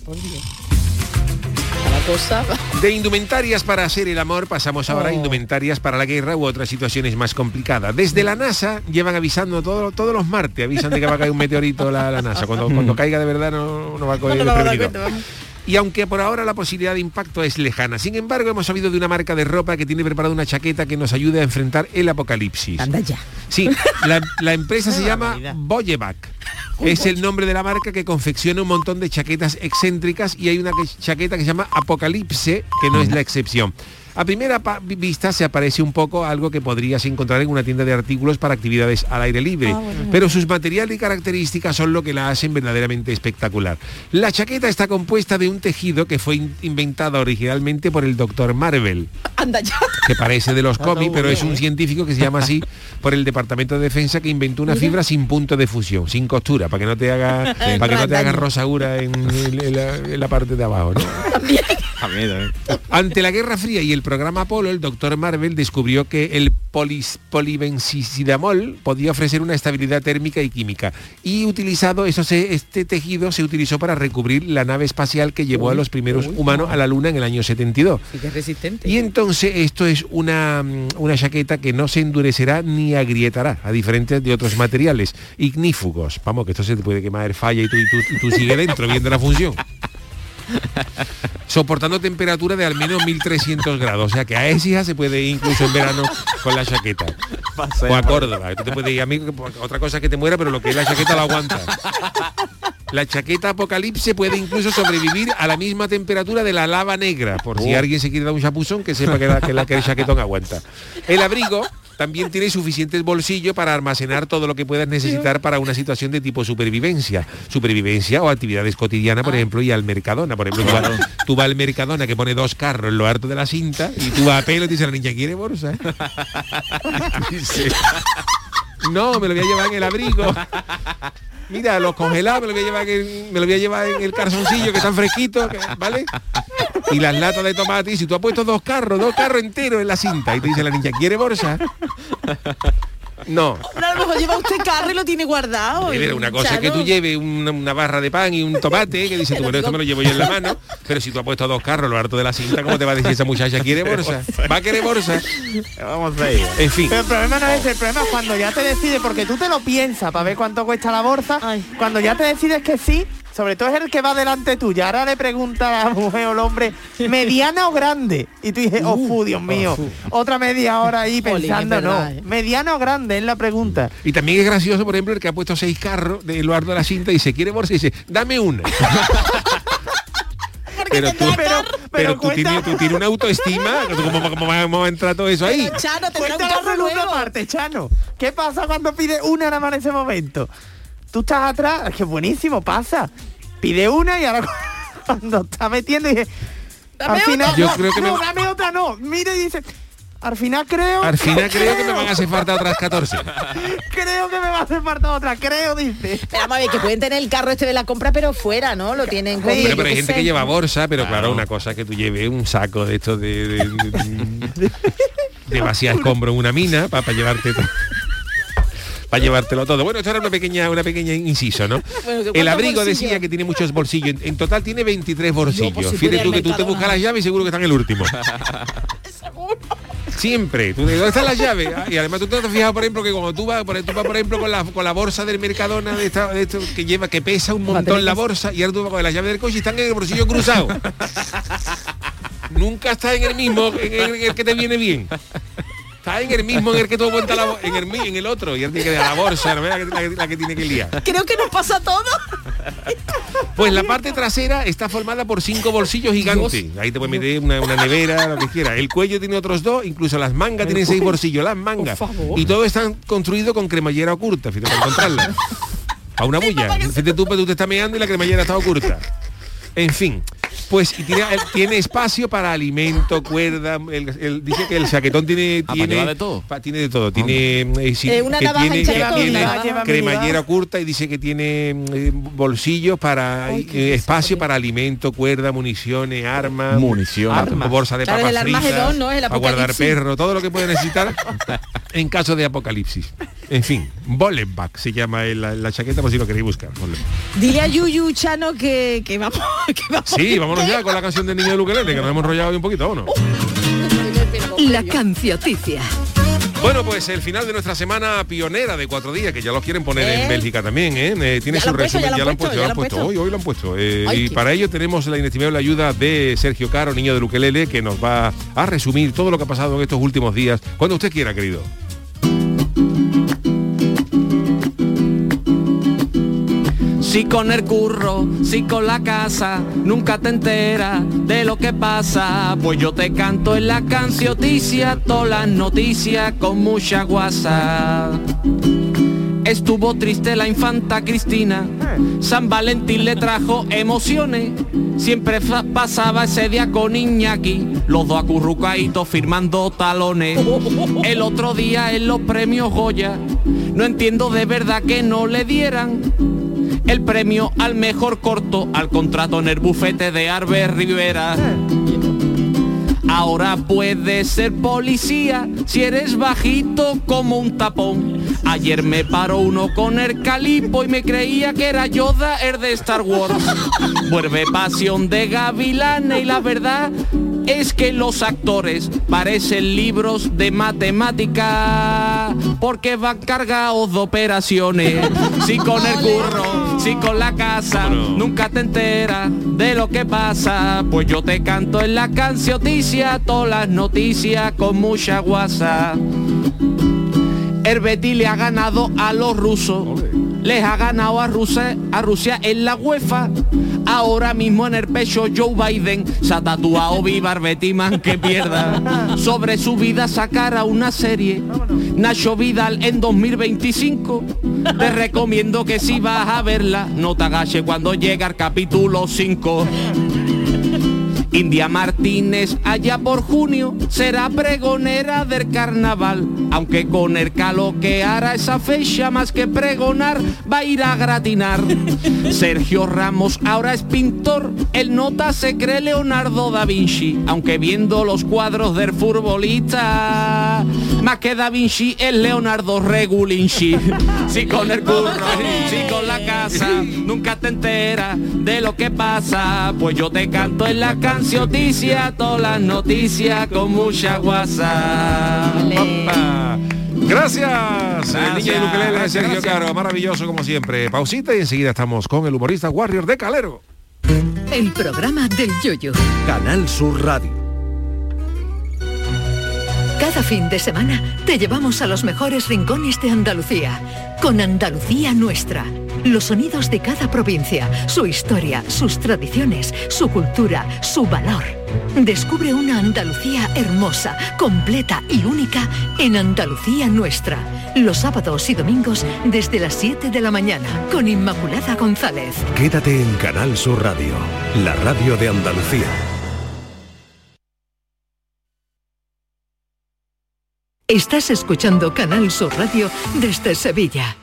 cosa. De indumentarias para hacer el amor pasamos ahora a indumentarias para la guerra u otras situaciones más complicadas. Desde la NASA llevan avisando todo- todos los martes, avisan de que va a caer un meteorito la, la NASA. Cuando, cuando caiga de verdad no, no va a coger No nos vamos a dar desprevenido. cuenta, vamos. Y aunque por ahora la posibilidad de impacto es lejana, sin embargo hemos sabido de una marca de ropa que tiene preparada una chaqueta que nos ayude a enfrentar el apocalipsis. Anda ya. Sí, la, la empresa se Qué llama barbaridad. Boyevac. Es el nombre de la marca que confecciona un montón de chaquetas excéntricas y hay una que- chaqueta que se llama Apocalipse, que no es la excepción. A primera pa- vista se aparece un poco a algo que podrías encontrar en una tienda de artículos para actividades al aire Ah, libre, pero sus materiales y características son lo que la hacen verdaderamente espectacular. La chaqueta está compuesta de un tejido que fue in- inventada originalmente por el Dr. Marvel Anda ya. que parece de los Está todo cómics, pero bien, es un ¿eh? científico que se llama así por el Departamento de Defensa que inventó una fibra sin punto de fusión, sin costura, para que no te haga, para que no te haga rosaura en, en la, en la parte de abajo. ¿no? Ah, Ante la Guerra Fría y el programa Apolo, el doctor Marvel descubrió que el polis- polibencidamol podía ofrecer una estabilidad térmica y química. Y utilizado, eso se- este tejido se utilizó para recubrir la nave espacial que llevó a los primeros humanos a la Luna en el año 72. Sí, que es resistente. Y entonces esto es una, mm, una chaqueta que no se endurecerá ni agrietará, a diferencia de otros materiales ignífugos. Vamos, que esto se te puede quemar falla y tú, y tú, y tú sigue dentro viendo la función. Soportando temperatura de al menos 1300 grados. O sea que a Écija se puede ir incluso en verano con la chaqueta. O a Córdoba. Tú te puedes ir a mí, otra cosa es que te muera, pero lo que es la chaqueta la aguanta. La chaqueta apocalipse puede incluso sobrevivir a la misma temperatura de la lava negra, por si alguien se quiere dar un chapuzón, que sepa que, la, que, la- que el chaquetón aguanta. El abrigo también tiene suficientes bolsillos para almacenar todo lo que puedas necesitar para una situación de tipo supervivencia. Supervivencia o actividades cotidianas, por ejemplo, y al Mercadona. Por ejemplo, tú vas, tú vas al Mercadona que pone dos carros en lo harto de la cinta y tú vas a pelo y te dice la niña, ¿quiere bolsa? Y dice, no, me lo voy a llevar en el abrigo. Mira, los congelados me lo voy a llevar en el, me lo voy a llevar en el calzoncillo que están fresquitos, que- ¿vale? Y las latas de tomate, y si tú has puesto dos carros, dos carros enteros en la cinta, y te dice la niña, ¿quiere bolsa? No. A lo mejor lleva usted carro y lo tiene guardado. Mira, una cosa es que tú Charo. lleves una, una barra de pan y un tomate, que dices tú, bueno, esto me lo llevo yo en la mano, pero si tú has puesto dos carros, lo harto de la cinta, ¿cómo te va a decir esa muchacha, ¿quiere bolsa? ¿Va a querer bolsa? Vamos a eh. ir. En fin. Oh. Pero el problema no es ese, el problema es cuando ya te decides, porque tú te lo piensas para ver cuánto cuesta la bolsa, cuando ya te decides que sí, sobre todo es el que va delante tuya. Ahora le pregunta a la mujer o el hombre, mediana o grande. Y tú dices, oh, fu, Dios mío. Otra media hora ahí Uh, Jolín, es pensando, verdad, no. eh. Mediana o grande es la pregunta. Y también es gracioso, por ejemplo, el que ha puesto seis carros de Eduardo de la cinta y se quiere bolsa y dice, dame una. pero tú, Pero, pero tú, cuenta- tienes, tú tienes una autoestima, ¿cómo, cómo, vamos a entrar todo eso ahí? Pero Charo, tendrá un Cuenta la carro segunda nuevo. parte, Chano. ¿Qué pasa cuando pide una nada más en ese momento? Tú estás atrás, es que buenísimo, pasa. Pide una y ahora cuando está metiendo dije, Dame al otra. final, Yo no, creo que no, me- dame otra no. Mira y dice, al final creo, Al final creo que me van a hacer falta otras 14. creo que me va a hacer falta otra, creo, dice. Pero vamos a ver, que pueden tener el carro este de la compra, pero fuera, ¿no? Lo tienen con... Sí, Hombre, yo pero hay qué gente sé. que lleva bolsa, pero claro, una cosa es que tú lleves un saco de estos de... de, de- de vaciar escombro en una mina para llevarte to- Para llevártelo todo. Bueno, esto era una pequeña, una pequeña inciso, ¿no? Bueno, ¿cuántos El abrigo bolsillos? decía que tiene muchos bolsillos. En, en total tiene 23 bolsillos. pues, si Fíjate voy tú al que tú te Mercadona. buscas las llaves y seguro que están en el último. Siempre. Tú, dices, ¿Dónde están las llaves? Ah, Y además tú te has fijado, por ejemplo, que cuando tú vas, por, tú vas, por ejemplo, con la, con la bolsa del Mercadona, de esta- de esto, que lleva, que pesa un montón la bolsa, y ahora tú vas con las llaves del coche y están en el bolsillo cruzado. Nunca estás en el mismo, en el, en el que te viene bien. Estás en el mismo en el que tú aguantas la bo- en el, mi- en el otro, y ahora tiene que dejar la bolsa, ¿no? la, que- la que- la que tiene que liar. Creo que nos pasa todo. Pues la parte trasera está formada por cinco bolsillos gigantes. Ahí te puedes meter una, una nevera, lo que quieras. El cuello tiene otros dos, incluso las mangas tienen seis bolsillos, las mangas. Y todo está construido con cremallera oculta, fíjate, para encontrarla. A una bulla. Fíjate tú, pero tú te estás meando y la cremallera está oculta. En fin. Pues y tiene, eh, tiene espacio para alimento, cuerda, el- el- dice que el chaquetón tiene... Ah, ¿para tiene llevar de todo? pa- tiene de todo. Tiene, eh, sí, Eh, una que navaja y tiene, que chaquetón, tiene navaja, lleva cremallera medidor. curta y dice que tiene mm, bolsillos para eh, espacio para alimento, cuerda, municiones, armas, Municiones. armas, bolsa de Claro, papas es el fritas, Armagedón, ¿no? Es el para guardar apocalipsis. perro, todo lo que puede necesitar en caso de apocalipsis. En fin, Bolenbach se llama el- la, la chaqueta por si lo queréis buscar. Bolenbach. Dile a Yuyu Chano que, que vamos, que vamos. Sí, vámonos enrollado con la canción de Niño de Luquelele, que nos hemos enrollado hoy un poquito, ¿o no? La cancioticia. Bueno, pues el final de nuestra semana pionera de cuatro días, que ya los quieren poner ¿Eh? en Bélgica también, ¿eh? Eh, tiene Ya su lo han puesto, resumen, ya lo han puesto, ya ya lo han puesto, hoy, hoy lo han puesto. Eh, Ay, y qué- para ello tenemos la inestimable ayuda de Sergio Caro, niño de Luquelele, que nos va a resumir todo lo que ha pasado en estos últimos días, cuando usted quiera, querido. Si con el curro, si con la casa, nunca te enteras de lo que pasa. Pues yo te canto en la cancioticia, todas las noticias con mucha guasa. Estuvo triste la infanta Cristina, San Valentín le trajo emociones. Siempre fa- pasaba ese día con Iñaki, los dos acurrucaditos firmando talones. El otro día en los premios Goya, no entiendo de verdad que no le dieran el premio al mejor corto al contrato en el bufete de Arbes Rivera. Ahora puedes ser policía si eres bajito como un tapón. Ayer me paró uno con el calipo y me creía que era Yoda el de Star Wars. Vuelve pasión de gavilanes y la verdad es que los actores parecen libros de matemática porque van cargados de operaciones. Si con el curro, si con la casa, nunca te enteras de lo que pasa. Pues yo te canto en la cancioticia todas las noticias con mucha guasa. El Betis le ha ganado a los rusos. Les ha ganado a Rusia, a Rusia en la UEFA. Ahora mismo en el pecho Joe Biden se ha tatuado viva el Betis, man que pierda. Sobre su vida sacará una serie. Nacho Vidal en 2025. Te recomiendo que si vas a verla, no te agaches cuando llega el capítulo 5. India Martínez allá por junio será pregonera del carnaval, aunque con el calo que hará esa fecha más que pregonar va a ir a gratinar. Sergio Ramos ahora es pintor, el nota se cree Leonardo da Vinci, aunque viendo los cuadros del futbolista más que da Vinci es Leonardo Regulinci. Si con el curro, si con la casa, nunca te enteras de lo que pasa. Pues yo te canto en la cancioticia, todas las noticias con mucha guasa. Opa. Gracias, el niño de Luquelele, Gracias, Sergio gracias. Caro, maravilloso como siempre. Pausita y enseguida estamos con el humorista Warrior de Calero. El programa del yoyo. Canal Sur Radio. Cada fin de semana te llevamos a los mejores rincones de Andalucía, con Andalucía nuestra. Los sonidos de cada provincia, su historia, sus tradiciones, su cultura, su valor. Descubre una Andalucía hermosa, completa y única en Andalucía nuestra. Los sábados y domingos desde las 7 de la mañana con Inmaculada González. Quédate en Canal Sur Radio, la radio de Andalucía. Estás escuchando Canal Sur Radio desde Sevilla.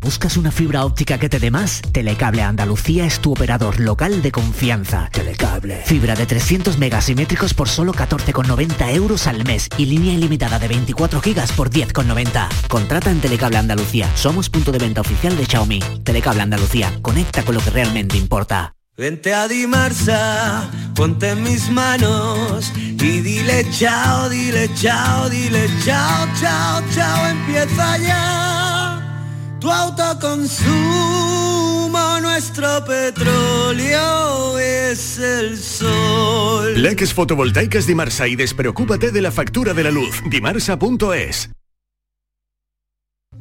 ¿Buscas una fibra óptica que te dé más? Telecable Andalucía es tu operador local de confianza. Telecable. Fibra de 300 megasimétricos por solo 14,90 euros al mes y línea ilimitada de 24 gigas por 10,90. Contrata en Telecable Andalucía. Somos punto de venta oficial de Xiaomi. Telecable Andalucía. Conecta con lo que realmente importa. Vente a Dimarsa, ponte en mis manos y dile chao, dile chao, dile chao, chao, chao, empieza ya. Tu autoconsumo, nuestro petróleo es el sol. Leques fotovoltaicas Dimarsa y despreocúpate de la factura de la luz. Dimarsa.es.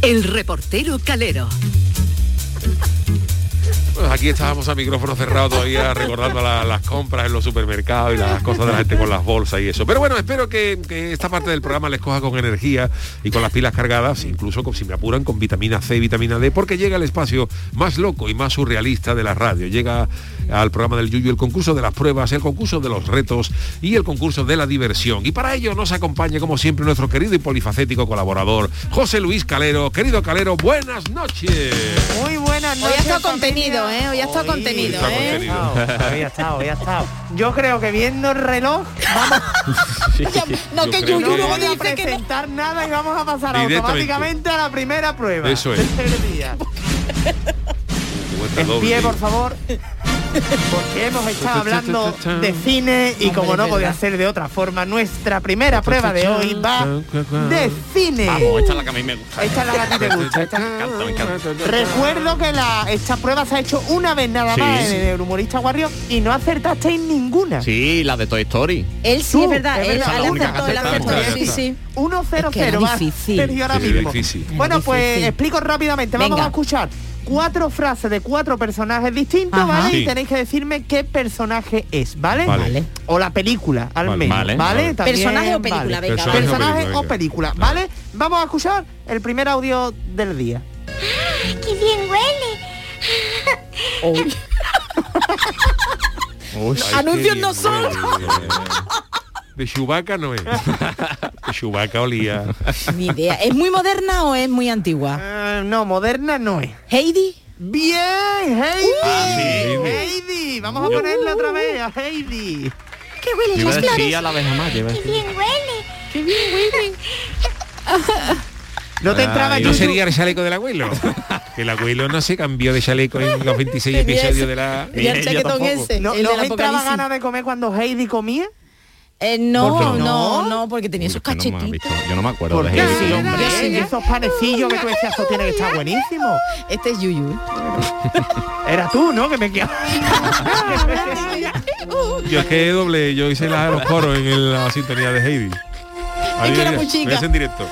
El reportero Calero. Pues aquí estábamos a micrófono cerrado todavía recordando la- las compras en los supermercados y las cosas de la gente con las bolsas y eso. Pero bueno, espero que, que esta parte del programa les coja con energía y con las pilas cargadas, incluso con, si me apuran con vitamina C, vitamina D, porque llega el espacio más loco y más surrealista de la radio. Llega al programa del Yuyu el concurso de las pruebas, el concurso de los retos y el concurso de la diversión. Y para ello nos acompaña, como siempre, nuestro querido y polifacético colaborador, José Luis Calero. Querido Calero, buenas noches. Muy buenas Hoy ha estado contenido, ¿eh? Hoy ha estado contenido, Está ¿eh? contenido. Hoy ha estado, hoy ha estado. Yo creo que viendo el reloj, no, Yo que creo Yuyu que- luego no voy a presentar nada y vamos a pasar Directamente. automáticamente a la primera prueba. Eso es. Del día. Cuenta En doble. pie, por favor. Porque hemos estado hablando de cine y Hombre, como no es podía verdad. ser de otra forma, nuestra primera prueba de hoy va de cine. Vamos, esta es la que a mí me gusta. Esta es la que a ti te gusta, esta- Me encanta, me encanta. Recuerdo que la, esta prueba se ha hecho una vez nada Sí, más sí. en el humorista Guarrio y no acertasteis ninguna. Sí, la de Toy Story. Él sí, es verdad, él, verdad, él la única acertó, que él acertamos. acertó, Ya sí, está. sí. 1-0-0 Es que era va difícil. Sergio ahora Sí, mismo. difícil. Era Bueno, pues difícil. explico rápidamente. Vamos Venga. a escuchar cuatro frases de cuatro personajes distintos, Ajá. ¿vale? Sí. Y tenéis que decirme qué personaje es, ¿vale? Vale. Vale. O la película, al Vale, menos. vale, Vale, vale. También Personaje o vale. película, venga, Personaje, vale. o película, ¿vale? Vamos a escuchar el primer audio del día. ¡Qué bien huele! Uy, ay, Anuncios qué no bien, son. bueno, bueno, bueno. De Chewbacca no es. De Chewbacca olía. Ni idea. ¿Es muy moderna o es muy antigua? Eh, no, moderna no es. Heidi. Bien, Heidi. Ah, sí, Heidi, vamos a Yo- ponerla otra vez a Heidi. ¡Qué huelen Yo las iba a decir flores! a la abeja maya, iba a ¡Qué decir. bien huele! ¡Qué bien huele! No te entraba Ay, yo. No sería el chaleco del abuelo. Que el abuelo no se cambió de chaleco en los 26 Tenía ese- episodios de la... tenía el Ni ella chaquetón tampoco. ese. ¿No, el no del os entraba Apocalipsis. ganas de comer cuando Heidi comía? no, ¿Por no, qué no, no? porque tenía sus cachetitos. Yo no me acuerdo de Porque Heidi. sí, hombre, Yo sí. esos panecillos que tú decías, eso tiene que estar buenísimo. Este es Yuyu. Era tú, ¿no? Que me quedaba. Yo es que doble, yo hice la- los coros en el- la sintonía de Heidi. Ahí que era voy a- muy chica. voy a hacer en directo.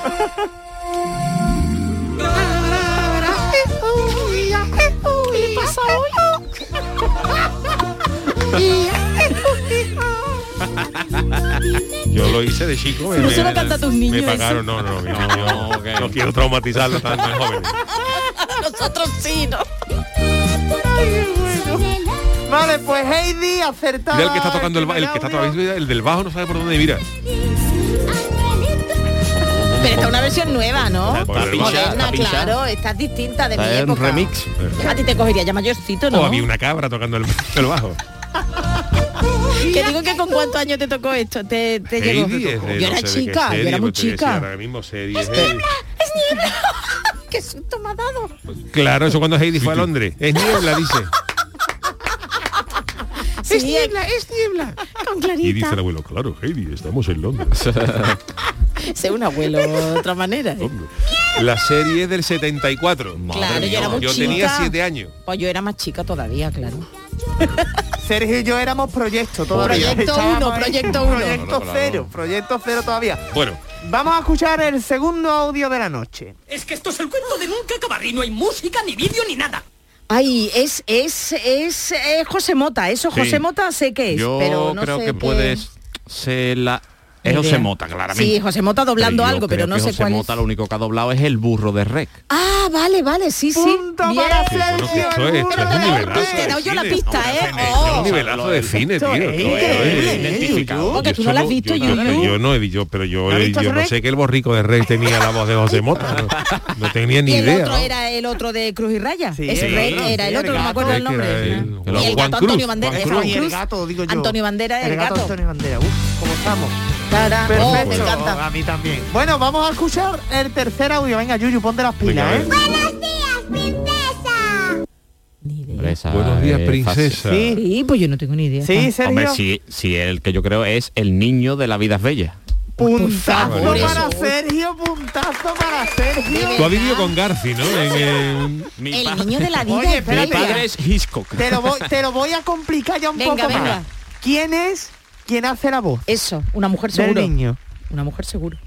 ¿Qué pasa Yo lo hice de chico. Si y no me- se lo canta a tus Me niños pagaron, no, no, no, no, no quiero traumatizarlo tan tan joven. Nosotros sí, ¿no? Vale, pues Heidi acertaba. Mira el que está tocando el, ba- el que está tocando el del bajo no sabe por dónde mira. Pero está una versión nueva, ¿no? Está- está pinchada, Moderna, está pinchada. claro, está distinta de mi Está en época. remix. A ti te cogería ya mayorcito, O ¿no? Oh, había una cabra tocando el, el bajo. Que digo que con cuántos años te tocó esto, te, te llegó. Heidi es de yo era no sé de qué chica, yo serie, era muy pues te voy a decir chica. Pues Ahora mismo serie, Heidi. Es niebla. Qué susto me ha dado. Claro, eso cuando Heidi fue a Londres. Es niebla, dice. es niebla, es niebla. Con Y dice el clarita. abuelo, claro, Heidi, estamos en Londres. Sé un abuelo de otra manera. ¿eh? La serie es del 74. Claro, yo era muy yo chica. tenía 7 años. Pues yo era más chica todavía, claro. Sergio y yo éramos proyecto todavía. Proyecto Estábamos uno, ahí. proyecto uno. Proyecto No, no, no. cero, proyecto cero todavía. Bueno, Vamos a escuchar el segundo audio de la noche. Es que esto es el cuento de nunca acabar y no hay música, ni vídeo, ni nada. Ay, es, es, es, eh, José Mota, eso Sí. José Mota sé que es, Yo pero no creo sé que qué- puedes ser la... Es Ni José idea. Mota, claramente. Sí, José Mota doblando yo algo, pero creo no que sé José cuál es. Mota lo único que ha doblado es el burro de Rec. Ah, vale, vale, sí, sí. Punto Bien. para Sí, bueno, que esto es, esto es un nivelazo. Te he dado yo la pista, ¿eh? Es un Oh. nivelazo de cine, tío. Esto es identificado. Porque tú no la has visto, yo, Yuyu. yo, yo no he dicho, pero yo, ¿No has he- visto yo no Shrek? sé que el borrico de Rey tenía la voz de José Mota. No, No tenía ni y el idea. otro ¿no? era el otro de Cruz y Raya. Sí, es el Rey, otro, era sí, el otro, no me acuerdo el Creo que era nombre. el- Y el Juan gato Cruz, Antonio Bandera. Juan esa, Cruz. Y el Cruz. gato, digo yo. Antonio Bandera, el, gato. Antonio Bandera. Uf, ¿cómo estamos? Tarán. Oh, me Perfecto. encanta. A mí también. Bueno, vamos a escuchar el tercer audio. Venga, Yuyu, ponte las pilas, ¿eh? Hombre, esa Buenos días, es fácil. princesa. Sí, pues yo no tengo ni idea. Sí, Hombre, Sergio. si, si el que yo creo es el niño de la vida es bella. Puntazo Por eso. para Sergio, puntazo para Tú has Sergio. vivido con Garci, ¿no? En, en- Mi, El pa- niño de la vida Oye, es espérate. mi bella. padre es Hitchcock. Te lo voy, te lo voy a complicar ya un Venga, poco venga. más. ¿Quién es quien hace la voz Eso, una mujer del seguro. niño? Una mujer seguro.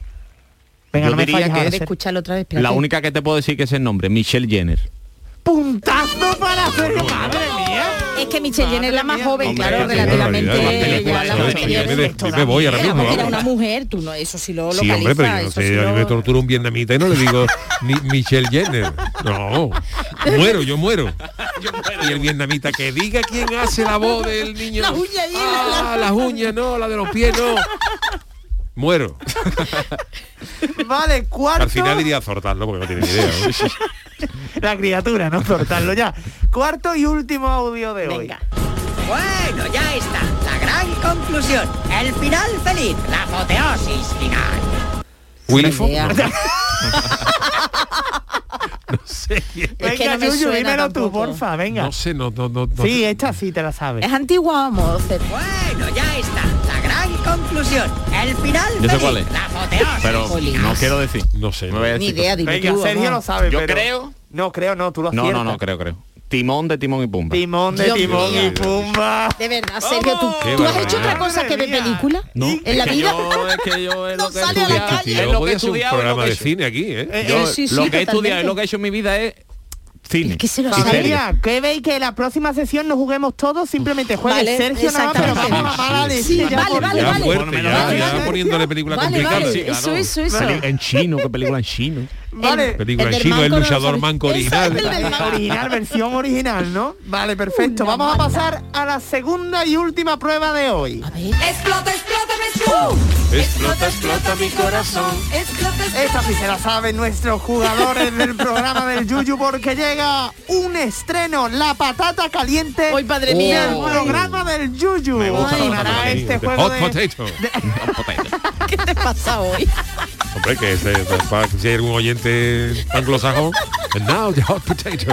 Venga, Yo no me diría falles que ahora, es Ser. Escúchalo otra vez. La única que te puedo decir que es el nombre, Michelle Jenner. puntazo para hacer madre mía. Es que Michelle Jenner es la más joven, Hombre, claro, qué barbaridad, relativamente. qué ella la barbaridad. más Yo me, pequeña. de- me voy ahora mismo. Era vamos. una mujer, tú no, eso sí lo Sí, localizas. hombre, pero yo no eso sé, sí a mí lo- me tortura un vietnamita y no le digo ni Michelle Jenner. No, muero, yo muero. Y el vietnamita que diga quién hace la voz del niño. Las uñas ahí, Ah, las uñas, no, la de los pies, no. Muero. Vale, cuarto. Al final diría azortarlo porque no tiene ni idea. ¿no? La criatura, ¿no? Cortarlo ya. Cuarto y último audio de hoy. Bueno, ya está. La gran conclusión. El final feliz. La apoteosis final. Willy Fox. idea. No. No sé quién. Venga, Yuyu, dímelo tú, porfa, venga. No sé, no, no, no. no. Sí, eh. esta sí te la sabes. Es antigua, vamos. Bueno, ya está. La gran conclusión. El final Yo sé feliz. cuál es. La apoteosis. Pero no quiero decir. No sé. Ni idea, digo Venga, tú, Sergio vamos. lo sabe, Yo pero- creo- No, creo no, tú lo No, no, aciertas. no, creo, creo. Timón de Timón y Pumba. Timón de Dios timón mío. y pumba. De verdad, Sergio, tú, Qué ¿tú has barbaridad. hecho otra cosa que ver película en la Es que vida. yo- es que yo es lo que sale a la estudiaba. Tío, Es lo que podía ser un estudiaba y lo programa que de he hecho. cine aquí, ¿eh? Yo, sí, sí, lo que he totalmente. estudiado y lo que he hecho en mi vida es cine. que se lo Y series. Familia, ¿qué veis? Que la próxima sesión no juguemos todos, simplemente juegue Vale, Sergio nada más, pero exactamente. vamos a mala Sí, de sí, ya vale, por- vale, ya vale. fuerte, ya, Vale, ya vale. poniéndole película Vale, complicada. vale, Sí, claro. eso, eso, eso. Peli- En chino, que película en chino. Vale. Película en chino, el luchador manco original. original, versión original, ¿no? Vale, perfecto. Vamos a pasar a la segunda y última prueba de hoy. Explota, explota, me explota. Explota, explota mi corazón. Explota, Esta sí se la saben nuestros jugadores del programa del Yuyu porque llega un estreno, la patata caliente. Hoy, padre mío. mía. El programa del Yuyu. Me gusta la Ay, patata ganará caliente. este juego Hot de- potato. Hot potato. ¿Qué te pasa hoy? Hombre, que es, eh, para- si hay algún oyente anglosajón. And now the hot potato.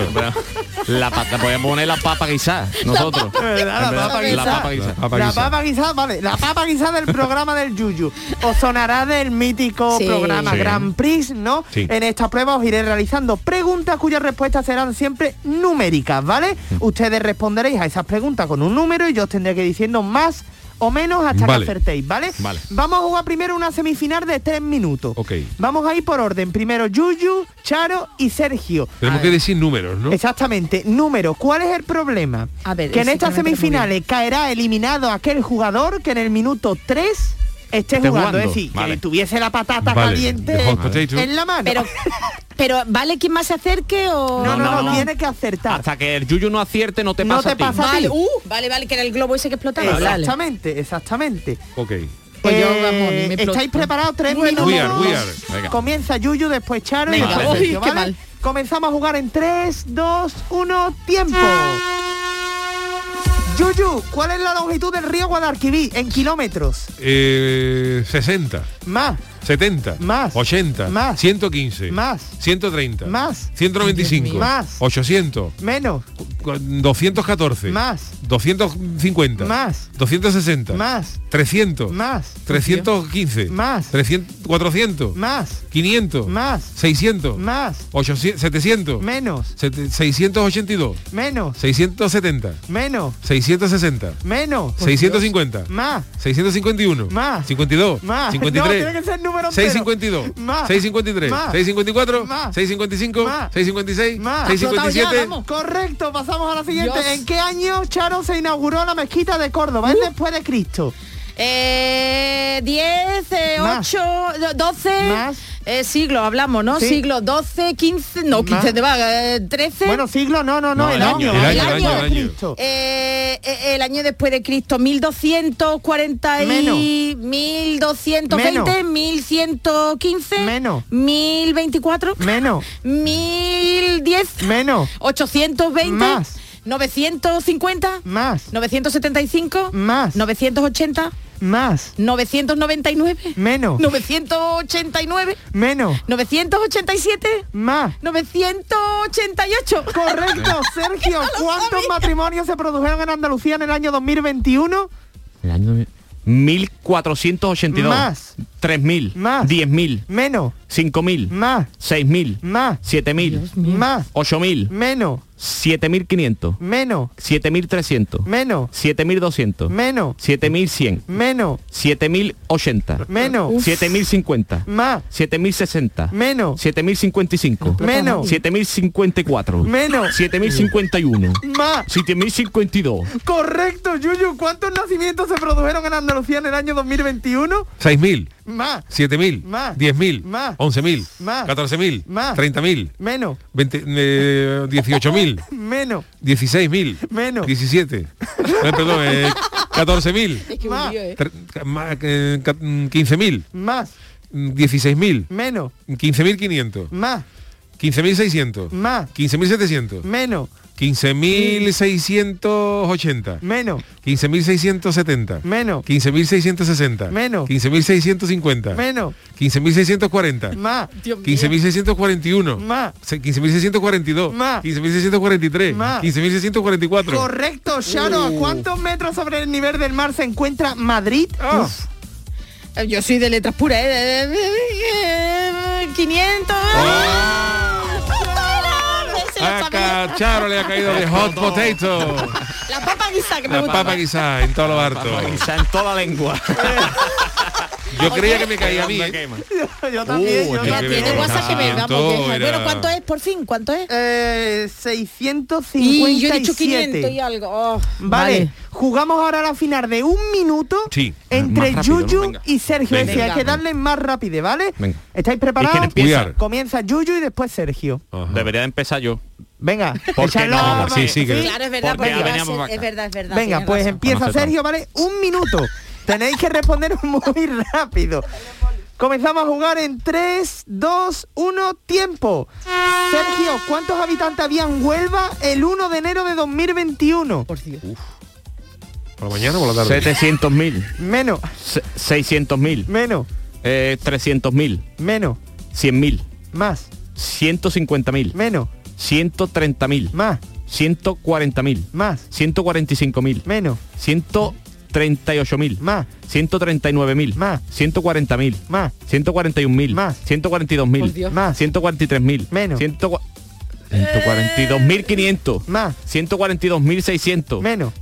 La pata, podemos poner la papa guisada, nosotros. De verdad, la papa La guisada. papa guisada. La papa guisada, vale, la papa guisada del programa del Yuyu. Os sonará del mítico Sí. programa Sí. Grand Prix, ¿no? Sí. En esta prueba os iré realizando preguntas cuyas respuestas serán siempre numéricas, ¿vale? Ustedes responderéis a esas preguntas con un número y yo os tendré que ir diciendo más o menos hasta Vale. que acertéis, ¿vale? Vale. Vamos a jugar primero una semifinal de tres minutos. Ok. Vamos a ir por orden. Primero Yuyu, Charo y Sergio. Tenemos que decir números, ¿no? Exactamente. Número, ¿cuál es el problema? A ver, que en sí, estas que no me entra muy semifinales caerá eliminado aquel jugador que en el minuto 3 esté Esté jugando. jugando. Es decir, Vale. que tuviese la patata Vale. caliente The hot potato. en la mano. Pero, pero ¿vale quien más se acerque o...? no, no, no, no, no. tiene que Ah, acertar. Hasta que el Yuyu no acierte, no te No pasa te a ti. pasa a ti. Vale, uh, vale, vale, que era el globo ese que explotaba. Vale. Exactamente, exactamente. Ok. Pues yo, vamos, Eh, me exploto. ¿Estáis preparados? Tres Bueno, minutos. We are, we are. Venga. Comienza Yuyu, después Charo y Venga, después vale. Sergio, Uy, qué ¿vale? mal. Comenzamos a jugar en 3, 2, 1, tiempo. Yuyu, ¿cuál es la longitud del río Guadalquivir en kilómetros? Eh, 60, Más, 70, Más. 80, Más. 115, Más. 130, Más. 195, Más. 800, menos, cu- 214, Más. 250, Más. 260, más, 300, más, 315, Más. 300, 400, más, 500, más, 600, más, 800, 700, menos, sete- 682, menos, 670, menos, 660, menos, 650, más, 651, Más. 52, más. No, 53, tiene que ser número entero. 652, Más. 653, Más. 654, Más. 655, Más. 656, Más. 657. Correcto, pasamos a la siguiente. Dios. Uh. ¿En qué año Charo se inauguró la mezquita de Córdoba? Es después de Cristo. Eh, 10, eh, Más. 8, 12 Más. eh, siglos, hablamos, ¿no? Sí. Siglo 12, 15, no, 15 de vaga, eh, 13. Bueno, siglo, no, no, no, No, el, el año, año, el el año, el año, de el año. Cristo. Eh, eh, el año después de Cristo, 1240 y 1220, 1115, Menos. 1024, Menos, 1010, menos, 820, Más. 950, más, 975, más, 980, más, 999, menos, 989, menos, 987, más. 988. Correcto, Sergio. ¿Cuántos matrimonios se produjeron en Andalucía en el año 2021? El año 1482. Más. 3000. Más. 10000. Menos, 5000. más, 6000. más, 7000. más, 8000. menos, 7.500. Menos. 7.300. Menos. 7.200. Menos. 7.100. Menos. 7.080. Menos. 7.050. Uh. Más. 7.060. Menos. 7.055. Menos. 7.054. Menos. 7.051. Más. 7.052. Correcto, Yuyu. ¿Cuántos nacimientos se produjeron en Andalucía en el año 2021? 6.000. Más. 7.000. Más. 10.000. Más. 11.000. Más. 14.000. Más. 30.000. Menos. 20, eh, 18.000. Menos. 16.000. Menos. 17. Eh, perdón, eh, 14.000. Más. tre- ca- ma- eh, ca- mm, 15.000. Más. mm, 16.000. Menos. 15.500. Más. 15.600. Más. 15.700. Menos. 15.680. Menos. 15.670. Menos. 15.660. Menos. 15.650. Menos. 15.640. Más. 15.641. Más. Se- 15.642. Más. 15.643. Más. 15.644. Correcto, Charo. ¿A Uh. cuántos metros sobre el nivel del mar se encuentra Madrid? Ah. Uf. Yo soy de letras puras, ¿eh? 500. Ah. Acá Charo le ha caído de hot potato. La papa guisa que me La gusta. papa guisá en todo lo harto. Quizá en toda la lengua. Yo creía que me caía a mí. ¿eh? Yo, también. Uh, yo yo también. creo que me WhatsApp que me tanto vamos, vieja. era- Bueno, ¿cuánto es por fin? ¿Cuánto es? Eh, 657. Y yo he dicho 500 y algo. Oh, Vale. jugamos ahora la final de un minuto Sí. entre Más rápido, ¿no? Yuyu Venga. y Sergio. Es Venga. decir, hay que darle más rápido, ¿vale? Venga. ¿Estáis preparados? ¿Y quién empieza? Cuidar. Comienza Yuyu y después Sergio. Debería de empezar yo. Venga, ¿Por qué echadlo no? a- Sí, sí, que- Claro, es verdad, Porque porque va a veníamos ser- vaca. es verdad, es verdad. Venga, tienes pues razón. empieza Conoce Sergio, ¿vale? Un minuto. Tenéis que responder muy rápido. Comenzamos a jugar en 3, 2, 1, tiempo. Sergio, ¿cuántos habitantes había en Huelva el 1 de enero de 2021? ¿Por la mañana o por la tarde? 700.000. Menos, se- 600.000. menos, eh, 300.000. menos, 100.000. más, 150.000. menos, 130.000. más, 140.000. más, 145.000. menos, 138.000. más, 139.000. Más. 140.000. más, 141.000. Más. 142.000. Más. 143.000. Menos. Eh. 100 142.500. más, 142.600. Menos.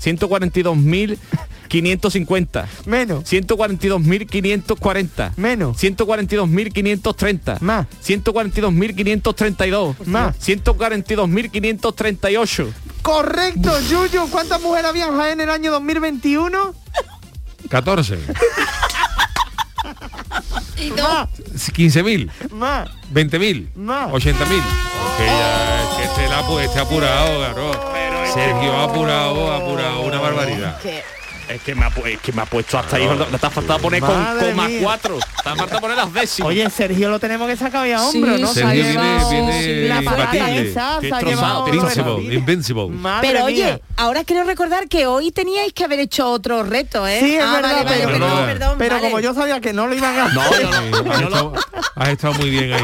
142.550. menos, 142.540. menos, 142.530. Más. 142.532. Más. 142.538. Correcto, Yuyu. ¿Cuántas mujeres había en Jaén en el año 2021? 14. Y no. 15.000. Más, 20.000. más. 80.000. Que ya, que este, la, pu- este ha apurado, claro. Sergio ha apurado, ha apurado, una barbaridad. Es que me ha, pu- es que me ha puesto hasta ahí. No, te ha faltado poner con Madre coma mía. 4. Te ha faltado poner las décimas. Oye, Sergio lo tenemos que sacar hoy a hombro, ¿no? Sergio Se ha viene- llevado- viene la falta imbatible. esa, se ha Destrozado, llevado... Invincible, invincible. Madre Pero oye, mía. ahora quiero recordar que hoy teníais que haber hecho otro reto, ¿eh? Sí, es Ah, verdad, vale, vale, pero- perdón, Perdona. perdón, Pero vale. como yo sabía que no lo iban a hacer, no, Sí, Eh, has, estado, has estado muy bien ahí.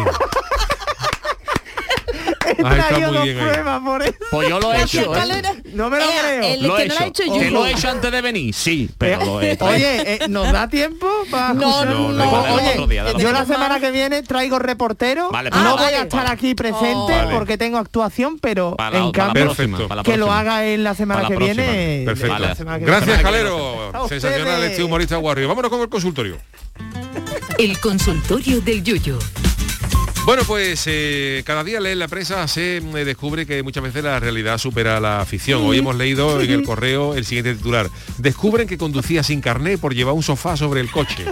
he has estado traído muy dos bien ahí. pruebas por eso. Pues yo lo he Gracias, hecho. ¿eh? Calero. No me lo Eh, creo. el Lo que he no lo ha hecho. hecho ¿Que Yuyu. lo he hecho antes de venir? Sí, pero lo he traído. Oye, eh, ¿nos da tiempo para No, escuchar? no, no, O- no, Oye, otro día, dale, yo otro la día. semana que viene traigo reportero. Vale, no para la voy a próxima. estar aquí presente Vale. porque tengo actuación, pero Para la- en para la cambio próxima, Perfecto. para la que lo próxima. haga en la semana Para que la próxima. viene. eh, Perfecto. la semana que viene. Gracias, A Calero. ustedes. Sensacional este humorista guarrio. Vámonos con el consultorio. El consultorio del Yuyo. Bueno, pues eh, cada día leer la prensa se eh, descubre que muchas veces la realidad supera la ficción. Hoy hemos leído en el correo el siguiente titular. Descubren que conducía sin carné por llevar un sofá sobre el coche.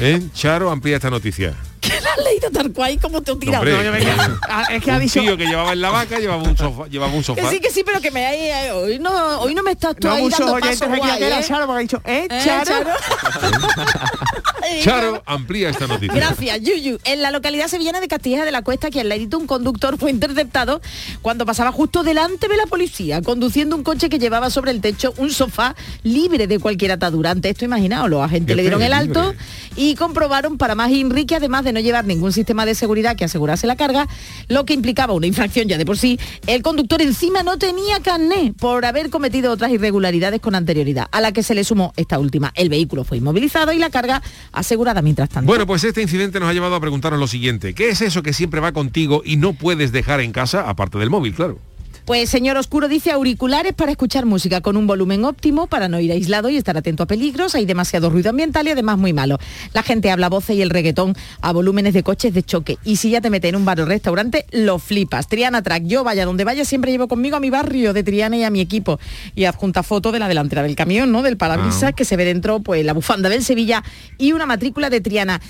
¿Eh? Charo amplía esta noticia. ¿Qué la has leído tal cual y cómo te he No, tirado? hombre, yo me quedo- Ah, es que ha un dicho- tío que llevaba en la vaca llevaba un sofá. Llevaba un Que sofá. sí, que sí, pero que me hay, eh, hoy no hoy no me estás tú No ahí muchos dando oyentes paso se creían guay, que era ¿eh? Charo, porque ha dicho, ¿eh, ¿Eh, Charo? Eh, Charo amplía esta noticia. Gracias, Yuyu. En la localidad sevillana de Castilla de la Cuesta, aquí al ladito, un conductor fue interceptado cuando pasaba justo delante de la policía, conduciendo un coche que llevaba sobre el techo un sofá libre de cualquier atadura. Ante esto, imaginaos, los agentes le dieron el alto Libre. y comprobaron para más Enrique, además de no llevar ningún sistema de seguridad que asegurase la carga, lo que implicaba una infracción ya de por sí, el conductor encima no tenía carné por haber cometido otras irregularidades con anterioridad, a la que se le sumó esta última. El vehículo fue inmovilizado y la carga asegurada mientras tanto. Bueno, pues este incidente nos ha llevado a preguntarnos lo siguiente. ¿Qué es eso que siempre va contigo y no puedes dejar en casa, aparte del móvil, claro? Pues señor Oscuro dice auriculares para escuchar música con un volumen óptimo para no ir aislado y estar atento a peligros. Hay demasiado ruido ambiental y además muy malo. La gente habla voces y el reggaetón a volúmenes de coches de choque. Y si ya te metes en un bar o restaurante, lo flipas. Triana Track, yo vaya donde vaya, siempre llevo conmigo a mi barrio de Triana y a mi equipo. Y adjunta foto de la delantera del camión, ¿no? Del parabrisas que se ve dentro, pues la bufanda del Sevilla y una matrícula de Triana.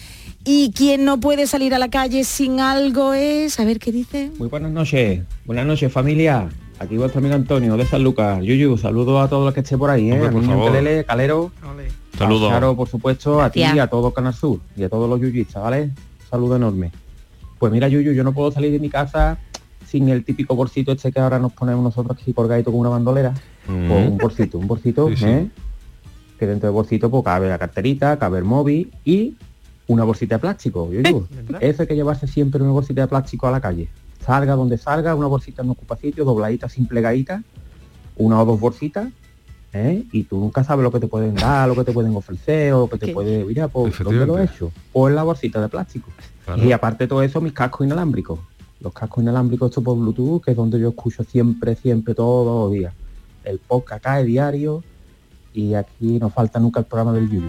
Y quien no puede salir a la calle sin algo es, a ver qué dice. Muy buenas noches, buenas noches familia. Aquí vuestro amigo Antonio de San Lucas. Yuyu, saludo a todos los que esté por ahí, ¿eh? Hombre, a por Niño favor. Pelele, Calero. Saludos. A Charo, por supuesto, a ti, Gracias. a todo Canal Sur y a todos los yuyistas, ¿vale? Saludo enorme. Pues mira, Yuyu, yo no puedo salir de mi casa sin el típico bolsito este que ahora nos ponemos nosotros aquí por gaito con una bandolera. Mm. Pues un bolsito, un bolsito, Sí, sí. ¿eh? Que dentro del bolsito pues, cabe la carterita, cabe el móvil y una bolsita de plástico. Yo digo, eso hay que llevarse siempre una bolsita de plástico a la calle. Salga donde salga, una bolsita no ocupa sitio, dobladita, sin plegadita, una o dos bolsitas, ¿eh? y tú nunca sabes lo que te pueden dar, lo que te pueden ofrecer, o lo que te puede... Mira, pues, ¿dónde lo he hecho? O en la bolsita de plástico. Y aparte de todo eso, mis cascos inalámbricos. Los cascos inalámbricos estos por Bluetooth, que es donde yo escucho siempre, siempre, todos los días. El podcast cae diario y aquí no falta nunca el programa del Yuyu.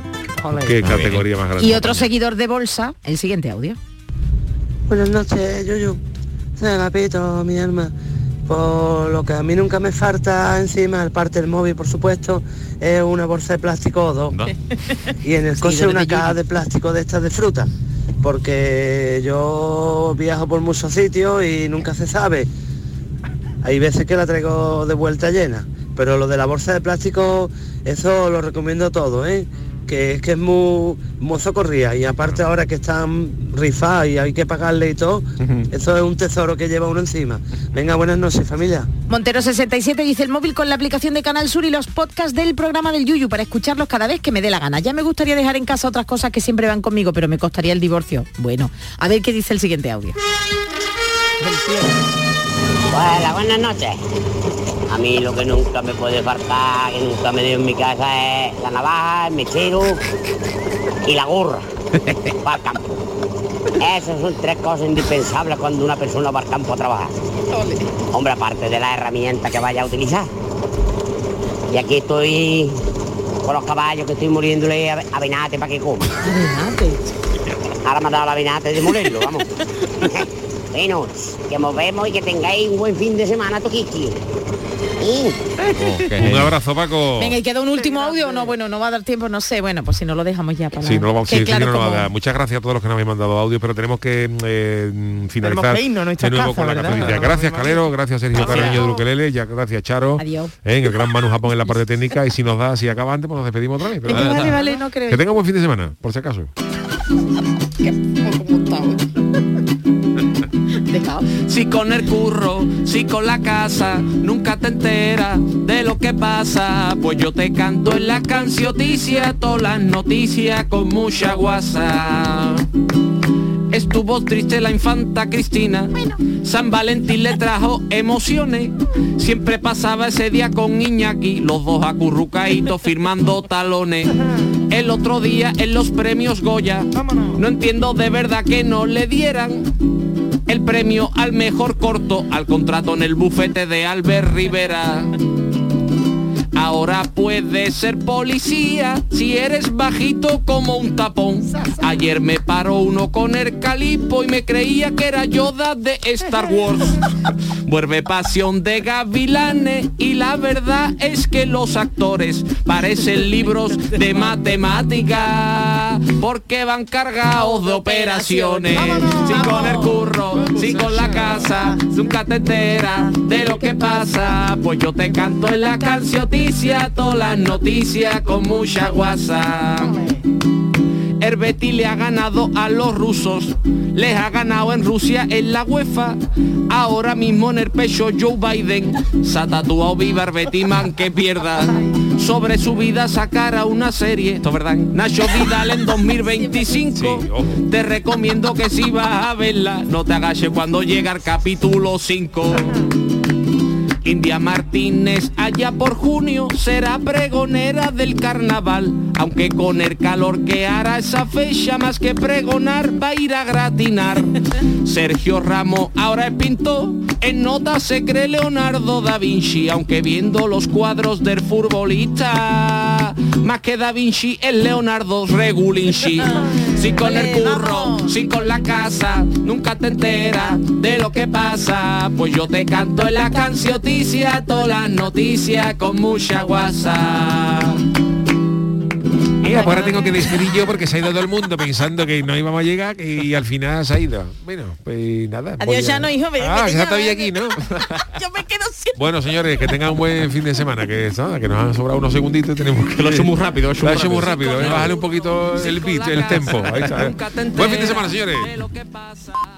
Qué categoría más grande. Y otro seguidor de bolsa, el siguiente audio. Buenas noches, Yuyu. Soy Agapito, mi alma. Por lo que a mí nunca me falta encima, aparte del móvil, por supuesto, es una bolsa de plástico o dos. Y en el coche Seguidor una de caja de plástico de estas de fruta. Porque yo viajo por muchos sitios y nunca se sabe. Hay veces que la traigo de vuelta llena. Pero lo de la bolsa de plástico, eso lo recomiendo todo, ¿eh? que es que es muy, muy socorrida y aparte ahora que están rifadas y hay que pagarle y todo, eso es un tesoro que lleva uno encima. Venga, buenas noches familia. Montero 67 dice el móvil con la aplicación de Canal Sur y los podcasts del programa del Yuyu para escucharlos cada vez que me dé la gana. Ya me gustaría dejar en casa otras cosas que siempre van conmigo, pero me costaría el divorcio. Bueno, a ver qué dice el siguiente audio. Hola, buenas noches. A mí lo que nunca me puede faltar, que nunca me dio en mi casa, es la navaja, el mechero y la gorra para el campo. Esas son tres cosas indispensables cuando una persona va al campo a trabajar. Hombre, aparte de la herramienta que vaya a utilizar. Y aquí estoy con los caballos que estoy muriéndole a a Benate para que coma. Ahora me ha dado la Benate de morirlo, vamos. Bueno, que nos vemos y que tengáis un buen fin de semana, Toquiqui. Y- Oh, Un abrazo, Paco. Venga, ¿y queda un último audio o no? Bueno, no va a dar tiempo, no sé. Bueno, pues si no lo dejamos ya para... Sí, no lo vamos, Que sí, sí que claro, no lo va a como- dar. Muchas gracias a todos los que nos habéis mandado audio, pero tenemos que eh, finalizar que irnos a de nuestras nuevo casas, con la ¿verdad? catorcilla. Gracias, Calero, gracias Sergio Gracias. Carreño de Luquelele, ya gracias Charo, Adiós. eh, en el gran Manu Japón en la parte técnica, y si nos da, si acaba antes, pues nos despedimos otra vez. pero Vale, nada, vale, nada. vale, no creo. Que tenga un buen fin de semana, por si acaso. Si con el curro, si con la casa, nunca te enteras de lo que pasa. Pues yo te canto en la cancioticia, todas las noticias con mucha guasa. Estuvo triste la infanta Cristina. San Valentín le trajo emociones. Siempre pasaba ese día con Iñaki, los dos acurrucaditos firmando talones. El otro día en los premios Goya. No entiendo de verdad que no le dieran el premio al mejor corto al contrato en el bufete de Albert Rivera. Ahora puedes ser policía si eres bajito como un tapón. Ayer me paró uno con el calipo y me creía que era Yoda de Star Wars. Vuelve pasión de gavilanes y la verdad es que los actores parecen libros de matemática porque van cargados de operaciones. Si con el curro, si con la casa, nunca te enteras de lo que pasa. Pues yo te canto en la cancioticia, todas las noticias con mucha guasa. El Betis le ha ganado a los rusos, les ha ganado en Rusia en la UEFA. Ahora mismo en el pecho Joe Biden se ha tatuado viva el Betisman que pierda. Sobre su vida sacará una serie, esto es verdad, ¿eh? Nacho Vidal en 2025. Te recomiendo que si vas a verla, no te agaches cuando llega el capítulo 5. India Martínez allá por junio será pregonera del carnaval, aunque con el calor que hará esa fecha más que pregonar va a ir a gratinar. Sergio Ramos ahora es pintor, en nota se cree Leonardo da Vinci, aunque viendo los cuadros del futbolista, más que da Vinci es Leonardo Regulinci. Si con el curro, si con la casa, nunca te enteras de lo que pasa, pues yo te canto en la cancioticia, todas las noticias con mucha guasa. Mira, pues ahora tengo que despedir yo porque se ha ido todo el mundo pensando que no íbamos a llegar que- y al final se ha ido. Bueno, pues nada. voy a- Adiós, ya no, hijo. Ah, ya está bien aquí, ¿no? Bueno, señores, que tengan un buen fin de semana, que, nada, que nos han sobrado unos segunditos y tenemos que... Lo he hecho muy rápido, ¿eh? lo he hecho muy rápido. eh, Bájale un poquito el beat, el tempo. Ahí está. Buen fin de semana, señores. lo que pasa. pues